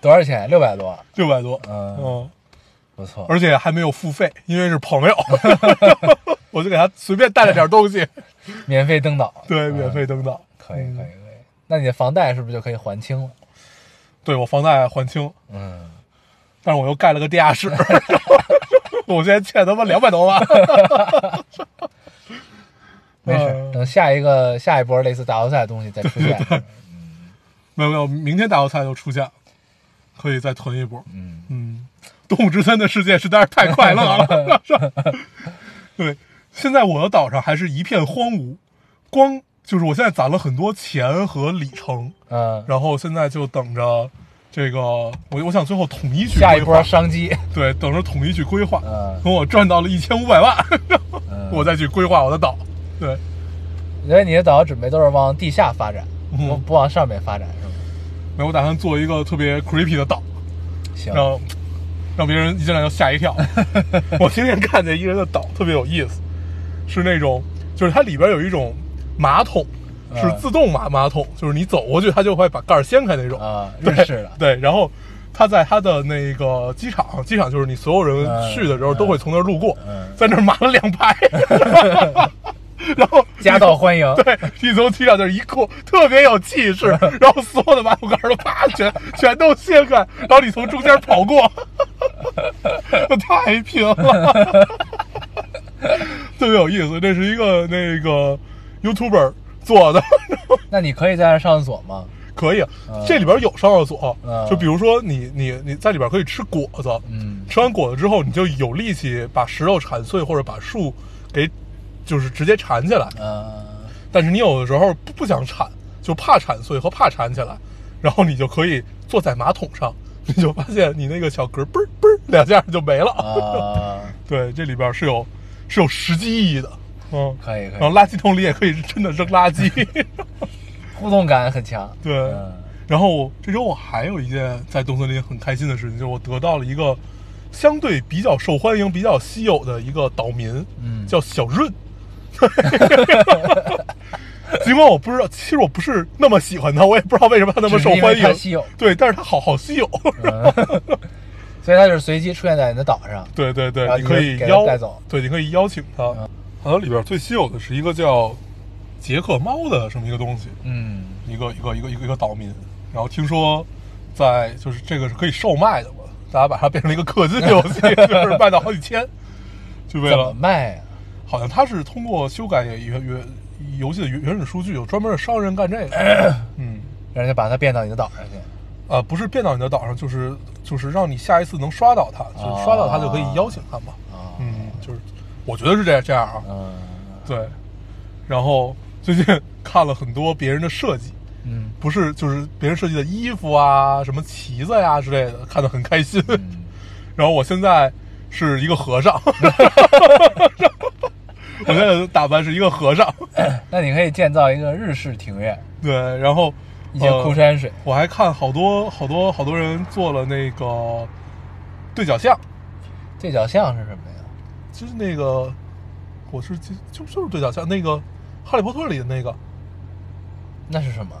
多少钱？六百多，
六百多。
嗯
嗯，
不错，
而且还没有付费，因为是朋友， 我就给他随便带了点东西，
免费登岛，
对，
嗯
免费，登岛。
可以可以可以。那你的房贷是不是就可以还清了？
对我房贷还清，
嗯，
但是我又盖了个地下 室，我现在欠他妈两百多万。
没事
嗯，
等下一个下一波类似大头赛的东西再出现，
没有没有，明天大头菜就出现了，可以再囤一波。
嗯，
嗯，动物之森的世界实在是太快乐 了。对，现在我的岛上还是一片荒芜，光就是我现在攒了很多钱和里程，
嗯，
然后现在就等着这个，我我想最后统一去
下一
规划
波商机，
对，等着统一去规划。
嗯
等我赚到了一千五 百万，
嗯，
我再去规划我的岛。对，
所以你的岛准备都是往地下发展，
嗯
不不往上面发展是吗？
没有，我打算做一个特别 creepy 的岛，
行，
让让别人一进来就 吓一跳。我今天看见一个人的岛特别有意思，是那种就是它里边有一种马桶，是
嗯
自动马马桶，就是你走过去它就会把盖儿掀开那种。
啊，日式的，
对，然后他在他的那个机场，机场就是你所有人去的时候
嗯
都会从那儿路过，
嗯
在那儿码了两 排，然后
夹道欢迎，
对，你从机场就是一过，特别有气势，
嗯
然后所有的马桶盖儿都啪全全都掀开，然后你从中间 跑过，太平 了，特别有意思。这是一个那个 YouTuber 做的，
那你可以在那儿上厕所吗？
可以
嗯，
这里边有上厕所
嗯，
就比如说你你你在里边可以吃果子，
嗯
吃完果子之后你就有力气把石头铲碎或者把树给就是直接缠起来，
呃，
但是你有的时候不不想铲，就怕铲碎和怕缠起来，然后你就可以坐在马桶上，你就发现你那个小嗝嘣儿嘣儿两下就没了。
啊，
对，这里边是有是有实际意义的，嗯，
可以可
然后
以，
垃圾桶里也可以真的扔垃圾，
互动感很强。
对。
嗯，
然后这周我还有一件在东森林很开心的事情，就是我得到了一个相对比较受欢迎、比较稀有的一个岛民，
嗯
叫 小润。尽管我不知道，其实我不是那么喜欢他，我也不知道为什么他那么受
只是
欢
因为他
迎。
稀有
对，但是他好好稀有。
嗯所以它就是随机出现在你的岛上。
对对对
然，后
你
你
可
就
以
给他
邀
带走
对，你可以邀请他。
嗯
好像里边最稀有的是一个叫杰克猫的这么一个东西，
嗯，
一个一个一个一个一个岛民，然后听说在就是这个是可以售卖的嘛，大家把它变成了一个氪金游戏，就是卖到好几千，就为
怎么
了
卖啊？
好像它是通过修改原原游戏的原原始数据，有专门的商人干这个，嗯，
让人家把它变到你的岛上去。
啊，不是变到你的岛上，就是就是让你下一次能刷到它，就是刷到它就可以邀请它嘛，
啊，
嗯，就是我觉得是这样这样啊，
嗯
对，然后最近看了很多别人的设计，
嗯
不是就是别人设计的衣服啊、什么旗子呀、之类的，看得很开心。
嗯，
然后我现在是一个和尚，我现在的打扮是一个和尚，
那你可以建造一个日式庭院，
对，然后
一些枯。
呃
山水。
我还看好多好多好多人做了那个对角巷，
对角巷是什么呀？
就是那个我是就就就是对角巷那个《哈利波特》里的那个，
那是什么？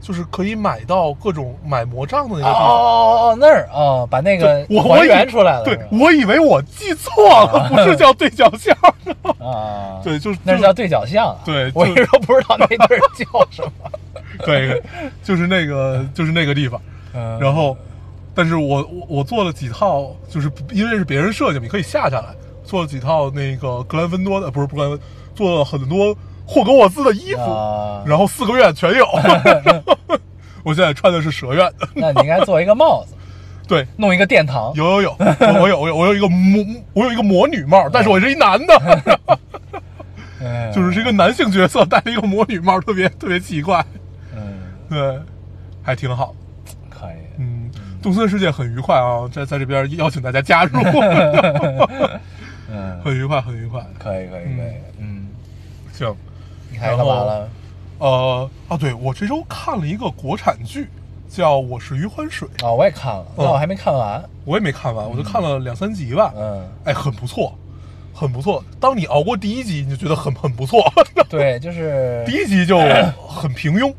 就是可以买到各种买魔杖的那个
哦哦
地方。
哦哦，那儿哦，把那个
对我我
还
以
原出来了。
对
是吧，
我以为我记错了，不是叫对角巷。
啊，
对就是
那是叫对角巷啊。
对
我一
就是
直都不知道那地儿叫什么。
对，就是那个，就是那个地方。
嗯
然后，但是我我我做了几套，就是因为是别人设计嘛，你可以下下来，做了几套那个格兰芬多的，不是不是格兰芬，做了很多霍格沃兹的衣服，
啊
然后四 个月全有。我现在穿的是蛇院的，
那你应该做一个帽子，
对，
弄一个殿堂，
有有有，我我有我有我有一个魔，我有一个魔女帽，但是我是一男的，
哎
就是这个男性角色戴了一个魔女帽，特别特别奇怪，
嗯，
对，还挺好。
可以，
嗯，动森世界很愉快啊，在在这边邀请大家加 入，
嗯，
很愉快，很愉快。
可以，可以，可以，嗯，
行，
你还干嘛了？
呃，啊，对我这周看了一个国产剧，叫《我是余欢水》，
啊，我也看了，
哦
但我还没看完，
我也没看完，我就看了两三集吧。
嗯，
哎，很不错，很不错。当你熬过第一集，你就觉得很很不 错，
对，就是
第一集就很平庸，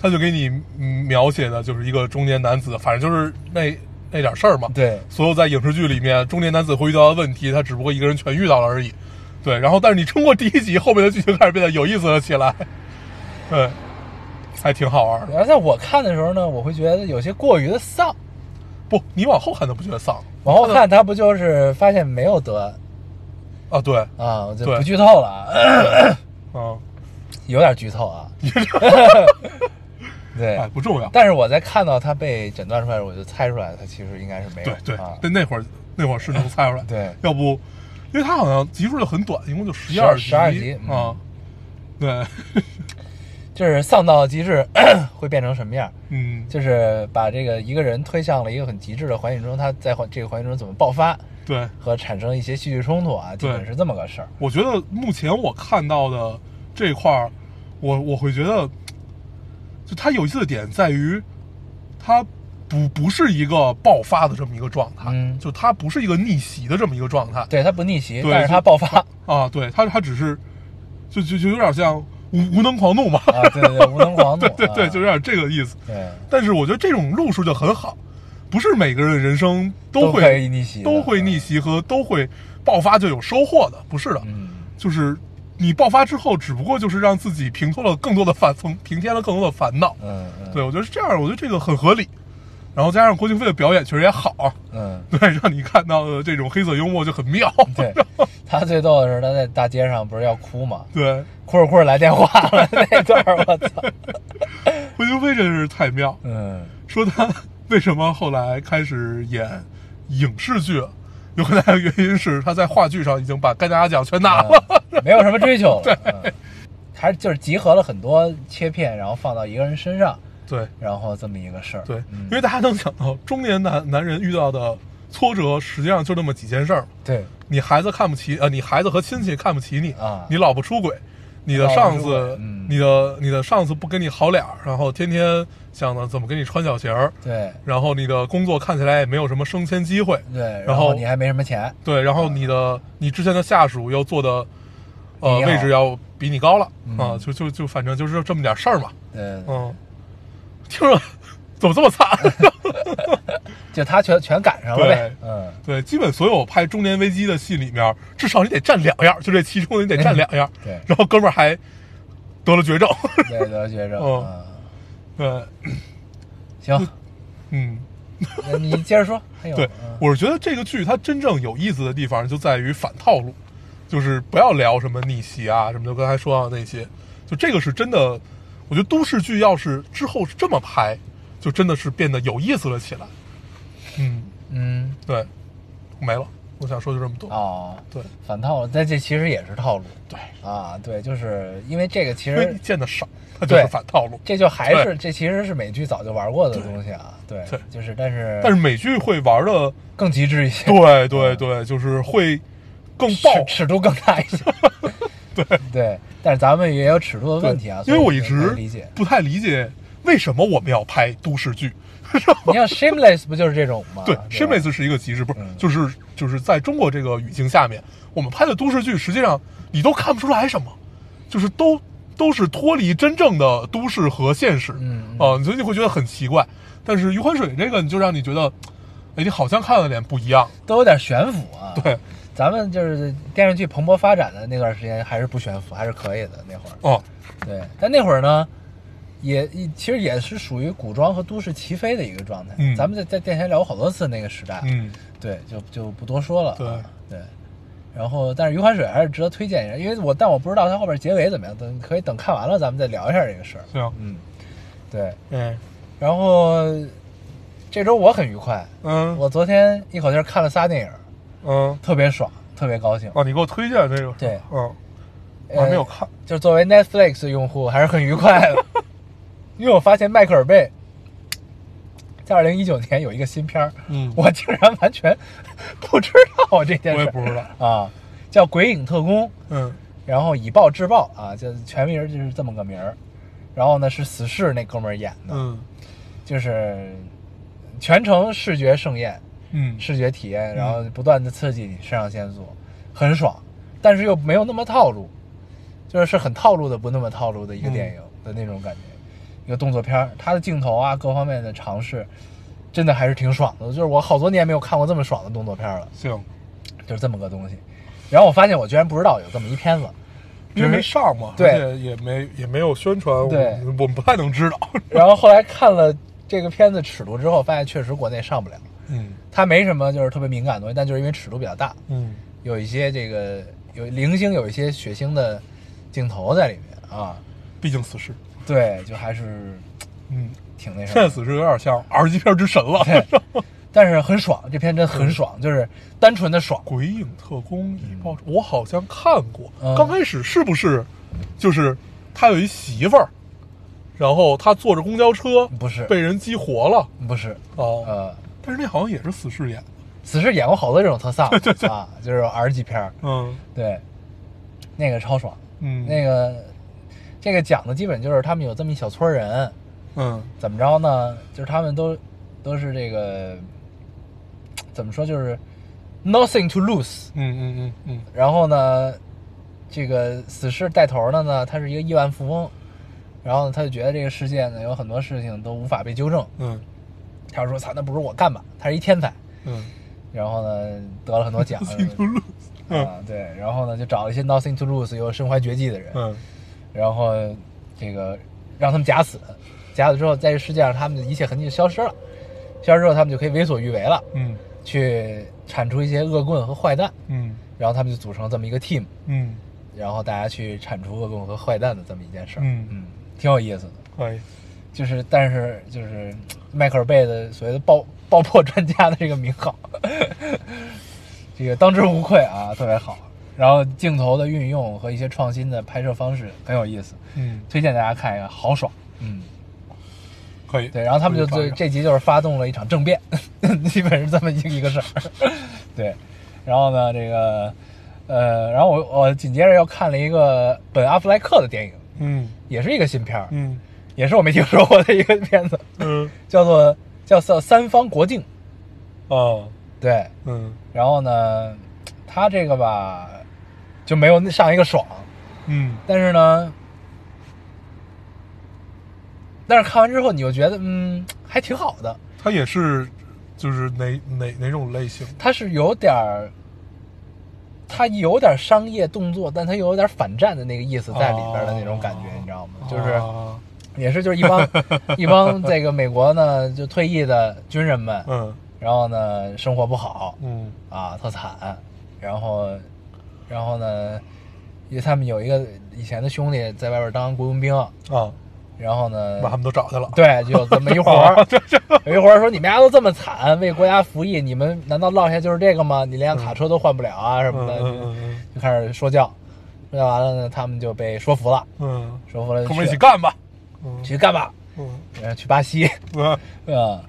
他就给你嗯描写的就是一个中年男子，反正就是那那点事儿嘛。
对
所有在影视剧里面中年男子会遇到的问题，他只不过一个人全遇到了而已。对，然后但是你撑过第一集，后面的剧情开始变得有意思了起来。 对，还挺好玩的。
而在我看的时候呢，我会觉得有些过于的丧。
不，你往后看都不觉得丧
往后看，他不就是发现没有得
啊？对，
啊？我就
对
不剧透了 啊，
嗯，
有点剧透啊。对
哎，，不重要。
但是我在看到他被诊断出来的时候，我就猜出来他其实应该是没有
对对
啊，
但那会儿那会儿是能猜出来。
对
要不，因为他好像集数就很短，一共就十二
12 12集嗯
啊。对，
就是丧到极致 会变成什么样？
嗯，
就是把这个一个人推向了一个很极致的环境中，他在环这个环境中怎么爆发
对，
和产生一些戏剧冲突啊，基
对
本是这么个事儿。
我觉得目前我看到的这块儿，我我会觉得，就它有意思的点在于，它不不是一个爆发的这么一个状态，
嗯
就它不是一个逆袭的这么一个状态
对他不逆袭，
对
但是他
就
爆发
啊，对，它它只是，就就就有点像无无能狂怒嘛，
啊，对对对，无能狂怒，
对对对，
啊
就有点这个意思。
对，
但是我觉得这种路数就很好，不是每个人的人生都
都可以
会
逆袭的，嗯
都会逆袭和都会爆发就有收获的，不是的，
嗯，
就是你爆发之后，只不过就是让自己平添了更多的烦，从平添了更多的烦恼。
嗯嗯
对我觉得是这样，我觉得这个很合理。然后加上郭京飞的表演确实也好 啊，
嗯。
对，让你看到的这种黑色幽默就很妙。
对他最逗的是，他在大街上不是要哭吗？
对，
哭着哭着来电话了， 那段儿我 操，
郭京飞真是太妙。
嗯，
说他为什么后来开始演影视剧了，有很大的原因是他在话剧上已经把戛纳奖全拿了。
嗯没有什么追 求了，嗯，还是就是集合了很多切片，然后放到一个人身上，
对
然后这么一个事儿，
对，
嗯
因为大家能想到中年男男人遇到的挫折，实际上就那么几件事儿嘛。
对，
你孩子看不起，呃，你孩子和亲戚看不起你，
啊
你老婆出轨，你的
老婆
上
出轨
司，
嗯
你的你的上司不跟你好脸儿，然后天天想着怎么给你穿小鞋儿，
对
然后你的工作看起来也没有什么升迁机会，
对，
然
后
后
你还没什么钱，
对，然后你的你之前的下属又做的，呃，
比你好
位置要比你高了啊，
嗯
就就就反正就是这么点事儿嘛，
对，
嗯，听着怎么这么惨？
就他全全赶上了呗，嗯，
对，基本所有拍中年危机的戏里面，至少你得占两样儿，就这其中你得占两样儿。
嗯对
然后哥们儿还得了 绝症，
对，得绝症，
哦
嗯，
对，
行，
嗯，
那你接着说，还有，
对，
嗯
我是觉得这个剧它真正有意思的地方就在于反套路，就是不要聊什么逆袭啊什么的，刚才说到的那些，就这个是真的。我觉得都市剧要是之后是这么拍，就真的是变得有意思了起来。嗯，
嗯，
对，没了，我想说就这么多。
哦，
对
反套路，但这其实也是套路
对，
啊，对，就是因为这个其
因为
实
你见的少，它就是
对
反套路。
这就还是
对
这其实是美剧早就玩过的东西啊，对，
对
就是但是
但是美剧会玩的，
更极致一些，
对对
嗯
对，就是会更
尺
爆。
尺度更大一些，对 对，但是咱们也有尺度的
对
问题啊，
因
所以
为我一
可以
直。
理解
不太理解为什么我们要拍都市 剧。
你像 Shameless 不就是这种吗？
对
吧
，Shameless 是一个极致，不是
啊嗯
就是就是在中国这个语境下面，我们拍的都市剧实际上你都看不出来什么，就是都都是脱离真正的都市和现实，
嗯嗯
啊，所以你会觉得很奇怪。但是余欢水这个，你就让你觉得，哎，你好像看了点不一样，
都有点悬浮啊。
对，
咱们就是电视剧蓬勃发展的那段时间，还是不悬浮，还是可以的那会儿。
哦、
对，但那会儿呢，也也其实也是属于古装和都市齐飞的一个状态。
嗯
咱们在在电台聊过好多次那个时代，
嗯，
对，就就不多说了
对
啊。对然后，但是余欢水还是值得推荐一下，因为我但我不知道它后边结尾怎么样，等可以等看完了嗯咱们再聊一下这个事儿。
行，
嗯，对。
哎，
然后这周我很愉快，
嗯
我昨天一口气儿看了仨电影，
嗯，
特别爽，特别高兴。
哦，你给我推荐这个，
对，呃
嗯，我还没有看，
就是作为 Netflix 的用户还是很愉快的， 因为我发现迈克尔贝在二零一九年有一个新片儿，
嗯我
我竟然完全不知道这件
我也
事
不知道，
儿啊，叫《鬼影特工》，
嗯
然后以暴制暴啊，就是全名儿就是这么个名儿，然后呢是死侍那哥们儿演的，
嗯
就是全程视觉盛宴，
嗯，
视觉体验，然后不断的刺激你肾上腺素，很爽，但是又没有那么套路，就是是很套路的不那么套路的一个电影的那种感觉，一个动作片儿，它的镜头啊各方面的尝试，真的还是挺爽的。就是我好多年没有看过这么爽的动作片了，
行，
就是这么个东西。然后我发现我居然不知道有这么一片子，
因为没上嘛，
对
而且也没也没有宣传，我
对
们我们不太能知道，
然后后来看了这个片子尺度之后，发现确实国内上不了。
嗯
它没什么就是特别敏感的东西，但就是因为尺度比较大，
嗯
有一些这个有零星有一些血腥的镜头在里面啊，
毕竟死侍，
对，就还是
嗯，
挺那什么
现在
的。
死侍有点像 R 级片之神了，
对，但是很爽，这片真很
嗯
爽，就是单纯的爽。
鬼影特工以报仇，我好像看过。
嗯
刚开始是不是就是他有一媳妇儿，然后他坐着公交车，
不是
被人激活了
不是，
哦、
呃，
但是那好像也是死侍演的，
死侍演过好多这种特 效啊，就是 R 级片儿，
嗯
对，那个超爽。
嗯
那个这个讲的基本就是他们有这么一小撮人，
嗯
怎么着呢？就是他们都都是这个怎么说，就是 nothing to lose。
嗯嗯嗯嗯
然后呢，这个死侍带头的呢，他是一个亿万富翁，然后呢，他就觉得这个世界呢有很多事情都无法被纠正，
嗯
他就说：“操，那不如我干吧。”他是一天才，
嗯
然后呢得了很多奖
嗯
啊，对，然后呢就找一些 nothing to lose 又身怀绝技的人，
嗯
然后这个让他们假死，假死之后，在这世界上他们的一切痕迹就消失了，消失之后他们就可以为所欲为了，
嗯
去铲除一些恶棍和坏蛋，
嗯
然后他们就组成这么一个 team，
嗯，
然后大家去铲除恶棍和坏蛋的这么一件事儿，
嗯
嗯，挺有意思的，
可以，
就是但是就是迈克尔贝的所谓的爆爆破 专家的这个名号，这个当之无愧啊，特别好。然后镜头的运用和一些创新的拍摄方式很有意思，
嗯
推荐大家看一看，豪爽。嗯，
可以。
对，然后他们就
可
这
以发展
这集就是发动了一场政变， 基本是这么一个一个事儿。 对，然后呢，这个呃，然后我我紧接着又看了一个本阿弗莱克的电影，
嗯
也是一个新片儿，
嗯
也是我没听说过的一个片子，
嗯
叫做叫做《三方国境》。
哦
对，
嗯
然后呢，他这个吧就没有那上一个爽，
嗯
但是呢，但是看完之后你就觉得，嗯，还挺好的。
他也是就是哪哪哪种类型？
它是有点儿，它有点儿商业动作，但它有点儿反战的那个意思在里边儿的那种感觉，
哦
你知道吗？就是
啊
也是就是一帮 一帮这个美国呢就退役的军人们，
嗯
然后呢生活不好
嗯
啊，特惨，然后然后呢，因为他们有一个以前的兄弟在外边当雇佣兵，
啊，
然后呢
把他们都找去了。
对，就有这么一活
哦
儿， 有一活儿说你们家都这么惨，为国家服役，你们难道落下就是这个吗？你连辆卡车都换不了啊什么
嗯
的，
嗯嗯
就开始说教。说教完了呢，他们就被说服了，
嗯，
说 服了
嗯
就
哥们儿一起
去
干吧。嗯
去干嘛？
嗯
呃，去巴西，
嗯，
嗯，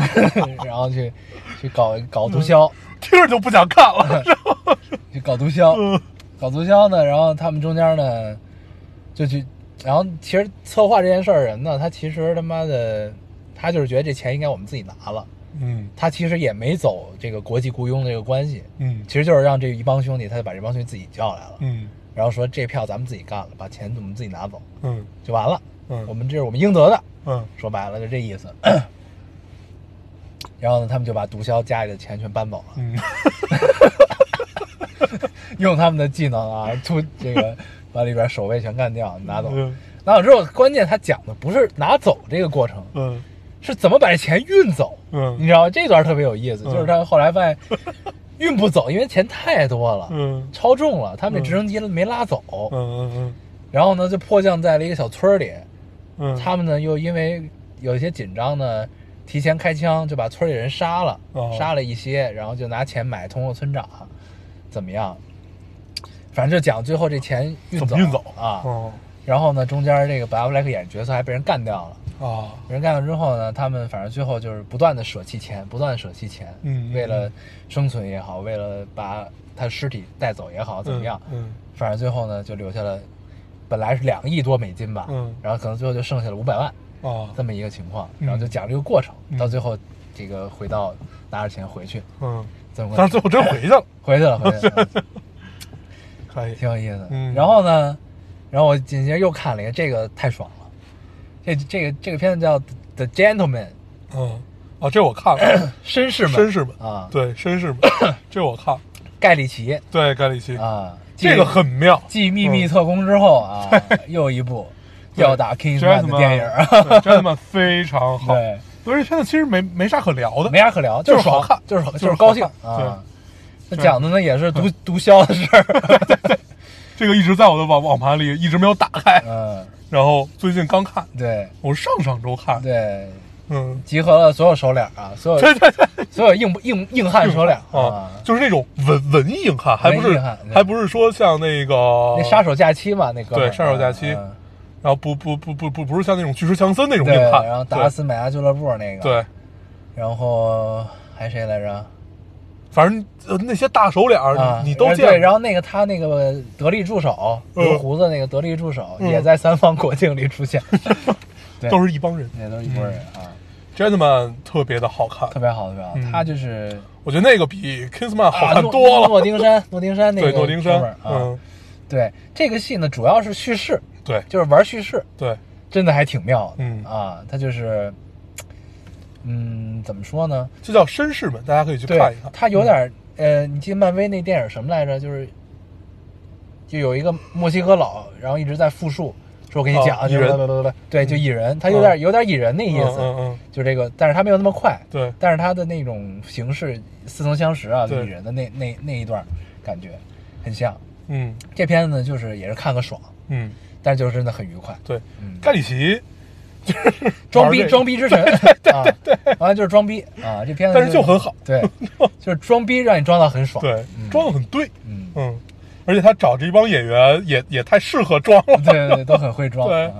然后去去搞搞毒枭，
听着就不想看了。
去搞毒
嗯
枭，搞毒枭呢。然后他们中间呢，就去，然后其实策划这件事儿的人呢，他其实他妈的，他就是觉得这钱应该我们自己拿了。
嗯
他其实也没走这个国际雇佣的这个关系，
嗯
其实就是让这一帮兄弟，他就把这帮兄弟自己叫来了，
嗯
然后说这票咱们自己干了，把钱我们自己拿走
嗯
就完了，
嗯
我们这是我们应得的，
嗯
说白了就这意思。 然后呢，他们就把毒枭家里的钱全搬走了，
嗯
用他们的技能啊，出这个把里边守卫全干掉，拿走。
嗯
拿走之后，关键他讲的不是拿走这个过程，
嗯
是怎么把这钱运走。你
嗯
知道吗这段特别有意思，
嗯
就是他后来发现运不走，因为钱太多了，
嗯
超重了，他们这直升机没拉走。
嗯
然后呢，就迫降在了一个小村儿里。
嗯，
他们呢又因为有一些紧张呢，提前开枪就把村里人杀了，
哦
杀了一些，然后就拿钱买通了村长，怎么样？反正就讲最后这钱运
怎
走
么运走
啊，
嗯
然后呢，中间这个本阿弗莱克演的角色还被人干掉了。
啊，
被人干掉之后呢，他们反正最后就是不断的舍弃钱，不断的舍弃钱，
嗯嗯
为了生存也好，为了把他尸体带走也好，怎么样？
嗯
反正最后呢，就留下了本来是两亿多美金吧，
嗯
然后可能最后就剩下了五百万
嗯啊
这，么一个情况，
嗯
然后就讲这个过程，
嗯
到最后这个回到拿着钱回去，
嗯，
这么个
但是最后真回去了，
回去了，回去 了，嗯
可以，
挺有意思的。
嗯
然后呢，然后我紧接着又看了一个，这个太爽了，这这个这个片子叫《The Gentleman》，
嗯，啊，这我看了，
绅士们，
绅士们，
啊，
对，绅 士们，这我看，
盖里奇
对，盖里奇，
啊，继
这个很嗯妙，
继《秘密特工》之后啊，又一部吊打 Kingsman 的电影儿，
影，真 他妈非常好。
对，
所以这片子其实没没啥可聊的，
没啥可聊，
就是
是爽
好看
就是好
就是
就是高兴
好看
啊。那
对嗯
讲的呢也是毒毒枭的事 儿，
这个一直在我的网网盘里一直没有打开，
嗯，
然后最近刚看，
对
我是上上周看，的，
对，
嗯，
集合了所有手脸啊，所有
对对对，
所有硬硬硬汉手脸
啊
啊，，
就是那种文文艺硬汉，还不
文艺
是
硬汉对
还不是说像那个
那杀手假期嘛，那哥们儿
对杀手假期
嗯
然后不不不不不不是像那种巨石强森那种硬
对，
汉，
然后达斯买家俱乐部那个，
对，对，
然后还谁来着？
反正呃那些大手脸儿
啊，
你你都
然后对，
见
然
过，
后那个他那个得力助手，
嗯
留胡子那个得力助手，
嗯
也在三方国境里 出现，对
都是一帮人，
那都是一拨人啊，
真他妈特别的好看
特，别好，特别好。
嗯
他就是
我觉得那个比 Kingsman 好
啊
看
诺
多了，
诺丁山，诺丁山那个
对，诺丁
哥们
山
儿，啊，
嗯，
对这个戏呢，主要是叙事，
对
就是玩叙事，
对，
真的还挺妙的，
嗯
啊，他就是，嗯，怎么说呢？
这叫绅士们，大家可以去
对
看一嗯看，，
他有点儿，呃，你记得漫威那电影什么来着？就是就有一个墨西哥佬，然后一直在复述，说我给你讲，
啊
就
蚁人
是对，就蚁人，他有点、有点蚁人那意思，
嗯嗯嗯嗯
就这个，但是他没有那么快，
对
但是他的那种形式似曾相识啊，
对
蚁人的那那那一段感觉很像。
嗯
这片子呢，就是也是看个爽，
嗯，
但是就是真的很愉快，
对
嗯，
盖里奇
装逼
玩这个
装逼之神，对对对，完了就是装逼啊，这片子
但是就很好，
对，就是装逼让你装到很爽，
对，装的很对，
嗯。
嗯，而且他找这帮演员也也太适合装了，
对对对，都很会装。
对
啊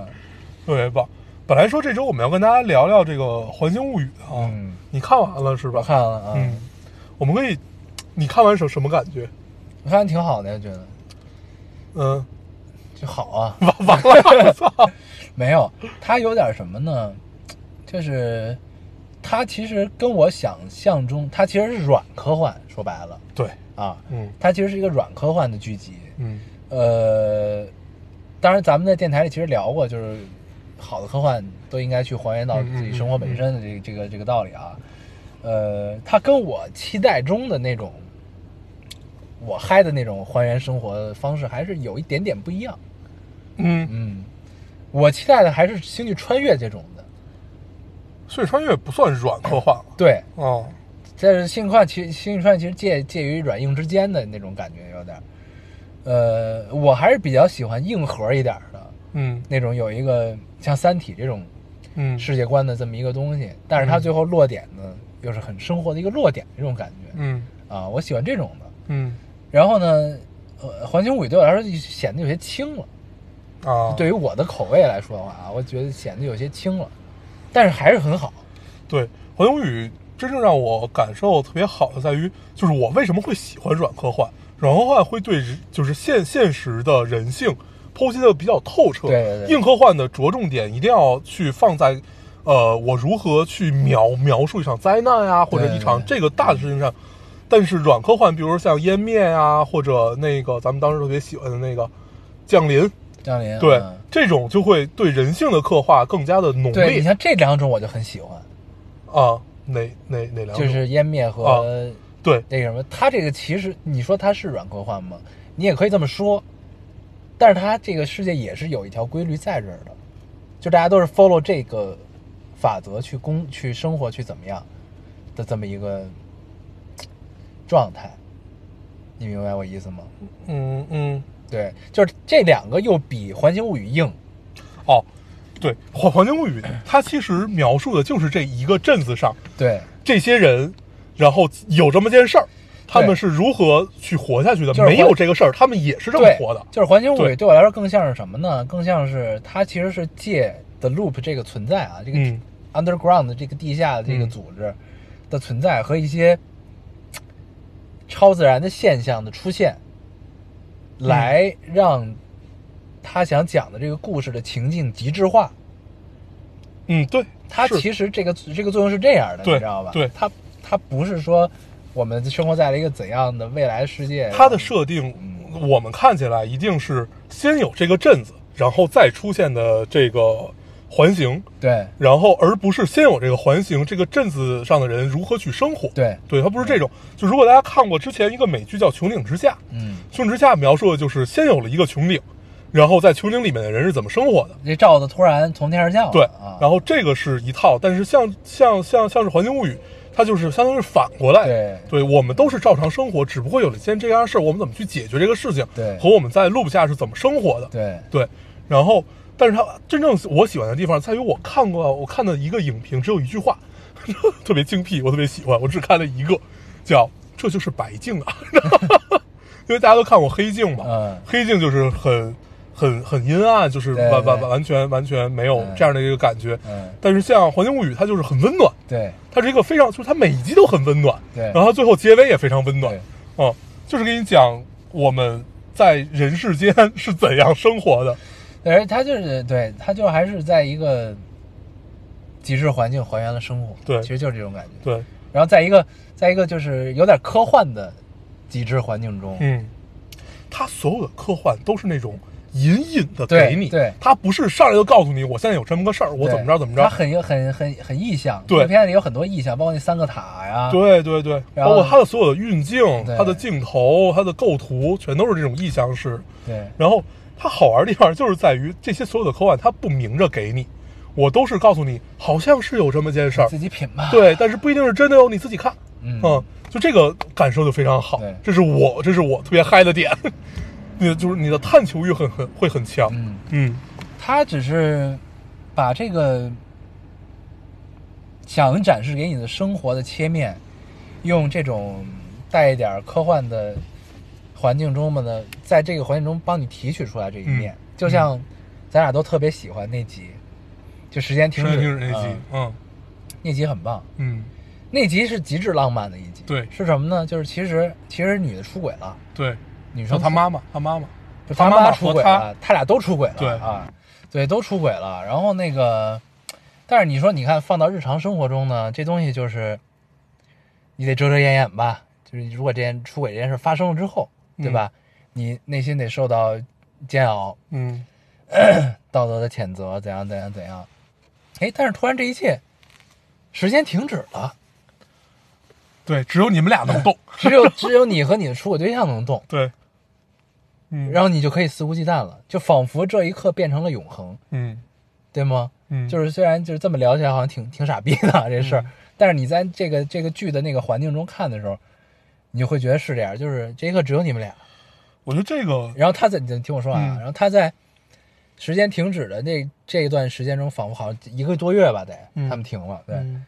特别棒。本来说这周我们要跟大家聊聊这个《环形物语》啊，
嗯
你看完了是吧？
我看了啊，
嗯，我们可以，你看完什什么感觉？
我看挺好的，觉得
嗯，
就好啊。
完完了，我操！
没有，他有点什么呢？就是他其实跟我想象中，他其实是软科幻，说白了
对，
啊，
嗯
它其实是一个软科幻的剧集。
嗯
呃，当然咱们在电台里其实聊过，就是好的科幻都应该去还原到
嗯嗯
自己生活本身的这个这个这个道理啊。呃，它跟我期待中的那种我嗨的那种还原生活方式还是有一点点不一样。
嗯，
嗯，我期待的还是《星际穿越》这种的。
所以穿越不算软科幻了
对，
哦，
但是新幻其实新幻其实介介于软硬之间的那种感觉有点儿，呃，我还是比较喜欢硬核一点儿的
嗯
那种，有一个像《三体》这种
嗯
世界观的这么一个东西，但是它
嗯
最后落点呢，又是很生活的一个落点这种感觉
嗯
啊，我喜欢这种的。
嗯
然后呢，呃，《环球物语》对我来说就显得有些轻了，
啊，
对于我的口味来说的话啊，我觉得显得有些轻了，但是还是很好。
对，《环球物语》真正让我感受特别好的在于，就是我为什么会喜欢软科幻，软科幻会对人就是现现实的人性剖析的比较透彻，
对对对
硬科幻的着重点一定要去放在。呃，我如何去描描述一场灾难呀、或者
对
一场这个大的事情上？但是软科幻，比如说像《湮灭》啊，或者那个咱们当时特别喜欢的那个《降临》，
张琳，
对、
嗯
这种就会对人性的刻画更加的浓
对，你
烈
像这两种我就很喜欢。
啊。哪哪哪两种？
就是湮灭和、
啊对，
那个什么，它这个其实你说它是软科幻吗？你也可以这么说，但是它这个世界也是有一条规律在这儿的，就大家都是 follow 这个法则去工去生活去怎么样的这么一个状态，你明白我意思吗？
嗯嗯，
对，就是这两个又比《环形物语》硬，
哦，对《环环境物语》，它其实描述的就是这一个镇子上
对
这些人，然后有这么件事儿，他们
对
是如何去活下去的？
就是
没
环
有这个事儿，他们也是这么
对，
活的。
就是环境物
对
语对我来说更像是什么呢？更像是它其实是借 The Loop 这个存在啊，这个
嗯
Underground 的这个地下的这个
嗯
组织的存在和一些超自然的现象的出现，
嗯
来让他想讲的这个故事的情境极致化。
嗯，对，
它
是
其实这个这个作用是这样的，
对
你知道吧？
对
它它不是说我们生活在了一个怎样的未来世界，
它的设定，我们看起来一定是先有这个镇子，然后再出现的这个环形，
对
然后而不是先有这个环形，这个镇子上的人如何去生活。
对，
对，它不是这种。就如果大家看过之前一个美剧叫《穹顶之下》，
嗯。
《穹顶之下》描述的就是先有了一个穹顶，然后在穹顶里面的人是怎么生活的。
这罩子突然从天而降了，
对
啊，，
然后这个是一套，但是像像像像是《环境物语》，它就是相当于是反过来。
对
我们都是照常生活，只不过有了一件这样的事儿，我们怎么去解决这个事情，
对
和我们在 loop 下是怎么生活的。
对
对，然后，但是它真正我喜欢的地方在于，我看过我看的一个影评只有一句话， 特别精辟，我特别喜欢，我只看了一个，叫“这就是白镜 啊”，因为大家都看过《黑镜》嘛，
嗯
黑镜》就是很很很阴暗，就是
对
完完
对
完全完全没有
嗯
这样的一个感觉。
嗯
但是像《环境物语》，它就是很温暖，
对
它是一个非常，就是它每一集都很温暖，
对
然后它最后结尾也非常温暖
对，
嗯，就是给你讲我们在人世间是怎样生活的，
对，而且他就是对他就还是在一个极致环境还原了生活，
对
其实就是这种感觉。
对，
然后在一个在一个就是有点科幻的极致环境中，
嗯，它所有的科幻都是那种隐隐的
对
给你，
对
它不是上来就告诉你我现在有这么个事儿，我怎么着怎么
他
着，
很有很很很意象，
对
这片子里有很多意象，包括那三个塔呀，
对对对，
然后
包括它的所有的运镜、
对
它的镜头、它的构图，全都是这种意象式，
对
然后它好玩的地方就是在于这些所有的科幻，它不明着给你，我都是告诉你，好像是有这么件事儿
自，己品吧，
对，但是不一定是真的哦，你自己看。
嗯
就这个感受就非常好
对，
这是我，这是我特别嗨的点。 你的就是你的探求欲很很会很强。
嗯，
嗯
他只是把这个想展示给你的生活的切面，用这种带一点科幻的环境中嘛呢，在这个环境中帮你提取出来这一面。
嗯
就像咱俩都特别喜欢那集，就时间停
声音
止
听是那集
嗯，
嗯
那集很棒，
嗯，
那集是极致浪漫的一集。
对
是什么呢？就是其实其实女的出轨了，
对，
女
说
生
他
出
哦妈妈，他妈妈，
就他
他妈妈
出
和
轨
他
了，他俩都出轨了，
对
啊，对，都出轨了。然后那个，但是你说，你看放到日常生活中呢，这东西就是你得遮遮掩掩吧。就是如果这件出轨这件事发生了之后，对吧？你内心得受到煎熬，
嗯，
道德的谴责，怎样怎样怎样。哎，但是突然这一切时间停止了，
对，只有你们俩能 动。
只有只有你和你的出轨对象能动，
对，嗯，
然后你就可以肆无忌惮了，就仿佛这一刻变成了永恒，
嗯
对吗？
嗯，
就是虽然就是这么聊起来好像挺挺傻逼的啊这事儿，但是你在这个这个剧的那个环境中看的时候，你就会觉得是这样，就是这一刻只有你们俩。
我觉得这个
然后他在你听我说完啊，
嗯
然后他在时间停止的那这一段时间中，仿佛好像一个多月吧得，
嗯
他们停了。对，
嗯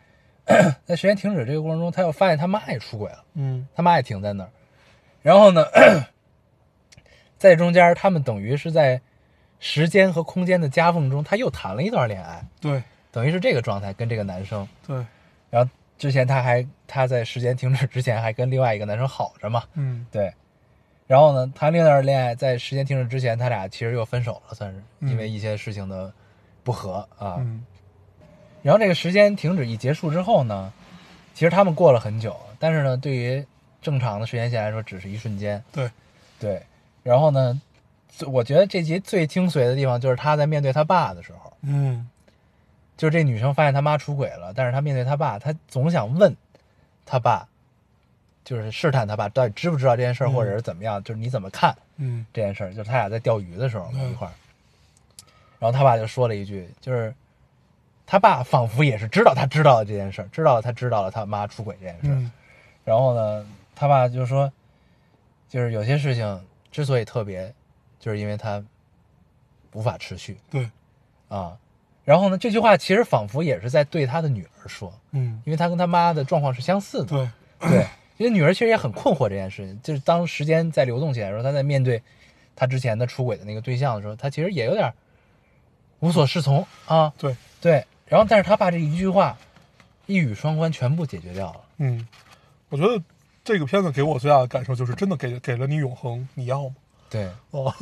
在时间停止这个过程中，他又发现他妈也出轨了，
嗯
他妈也停在那儿。然后呢，在中间他们等于是在时间和空间的夹缝中，他又谈了一段恋爱，
对
等于是这个状态跟这个男生。
对，
然后之前他还他在时间停止之前还跟另外一个男生好着嘛，
嗯
对。然后呢，谈另一段恋爱，在时间停止之前，他俩其实又分手了，算是
嗯
因为一些事情的不和啊。
嗯
然后这个时间停止一结束之后呢，其实他们过了很久，但是呢，对于正常的时间线来说，只是一瞬间。
对，
对。然后呢，最我觉得这集最精髓的地方就是他在面对他爸的时候，
嗯
就是这女生发现她妈出轨了，但是她面对她爸，她总想问她爸，就是试探她爸到底知不知道这件事儿，
嗯
或者是怎么样，就是你怎么看
嗯
这件事儿？就是他俩在钓鱼的时候嘛
嗯
一块儿，然后他爸就说了一句，就是他爸仿佛也是知道他知道了这件事儿，知道了他知道了他妈出轨这件事儿，
嗯
然后呢，他爸就说，就是有些事情之所以特别，就是因为它无法持续，
对，
啊，然后呢，这句话其实仿佛也是在对他的女儿说，
嗯，
因为他跟他妈的状况是相似的。
对，
对，因为女儿其实也很困惑这件事情，就是当时间在流动起来的时候，她在面对她之前的出轨的那个对象的时候，她其实也有点无所适从啊。
对，
对，然后但是她把这一句话一语双关全部解决掉了。
嗯，我觉得这个片子给我最大的感受就是，真的给给了你永恒，你要吗？
对，
哦，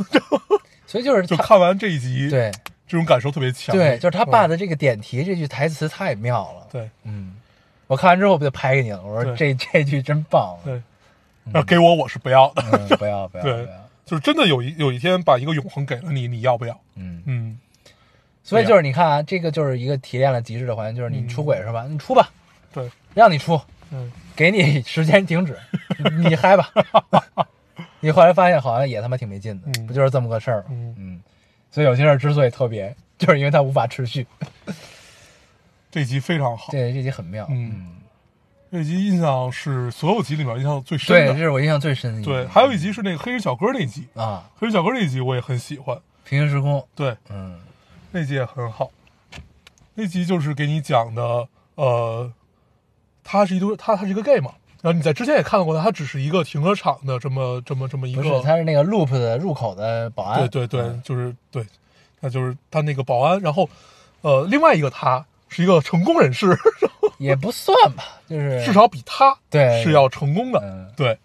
所以就是
就
她
看完这一集，，
对
这种感受特别强烈。
对，就是他爸
嗯
的这个点题这句台词太妙了。
对
嗯，我看完之后我不就拍给你了？我说这
对
这句真棒。啊
对，然后给我我是不要的，
嗯，不要不要不
对
要。，
就是真的有一有一天把一个永恒给了你，你要不要？
嗯。
嗯，
所以就是你看啊，这个就是一个提炼了极致的环境，就是你
嗯
出轨是吧？你出吧，
对，
让你出，
嗯，
给你时间停止，你 你嗨吧。你后来发现好像也他妈挺没劲的，
嗯
不就是这么个事儿吗？
嗯
所以有些事儿之所以特别，就是因为它无法持续。
这集非常好，
这这集很妙，
嗯这集印象是所有集里面印象最深
对，这
的。
是我印象最深的一集。
对，还有一集是那个黑人小哥那集，
啊，
黑人小哥那集我也很喜欢，
平行时空，
对，
嗯，
那集也很好。那集就是给你讲的，呃，他是一对，他他是一个 gay 嘛，然后你在之前也看到过他，他只是一个停车场的这么这么这么一
不
个，
是，它是那个 loop 的入口的保安，
对对对，就是对，他就是他那个保安，然后，呃，另外一个他是一个成功人士，
也不算吧，就是
至少比他
对
是要成功的
嗯，
对，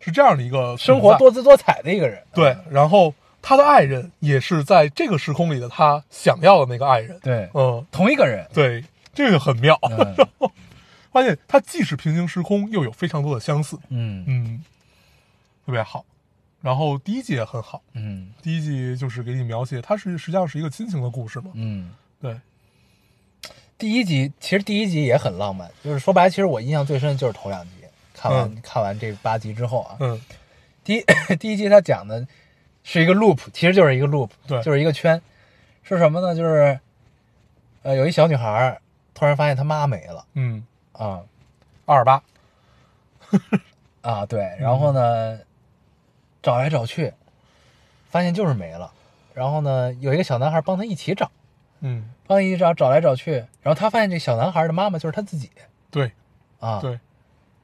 是这样的一个
生
存
活
在
多姿多彩的一个人，
对，然后他的爱人也是在这个时空里的他想要的那个爱人，
对，
嗯，
同一个人，
对，这个很妙，
嗯
发现他既是平行时空，又有非常多的相似，
嗯
嗯，特别好。然后第一季也很好，
嗯
第一季就是给你描写，它是实际上是一个亲情的故事嘛，
嗯，
对，
第一集其实第一集也很浪漫，就是说白了，其实我印象最深的就是头两集。看完、
嗯
看完这八集之后啊，
嗯，
第一 第一集他讲的是一个 loop，其实就是一个 loop，
对
就是一个圈，是什么呢？就是呃，有一小女孩儿突然发现她妈没了
嗯，
啊
二十八，
啊，对，然后呢，找来找去，发现就是没了，然后呢，有一个小男孩帮她一起找，
嗯，
帮她一起找，找来找去，然后她发现这小男孩的妈妈就是她自己
对
啊，
对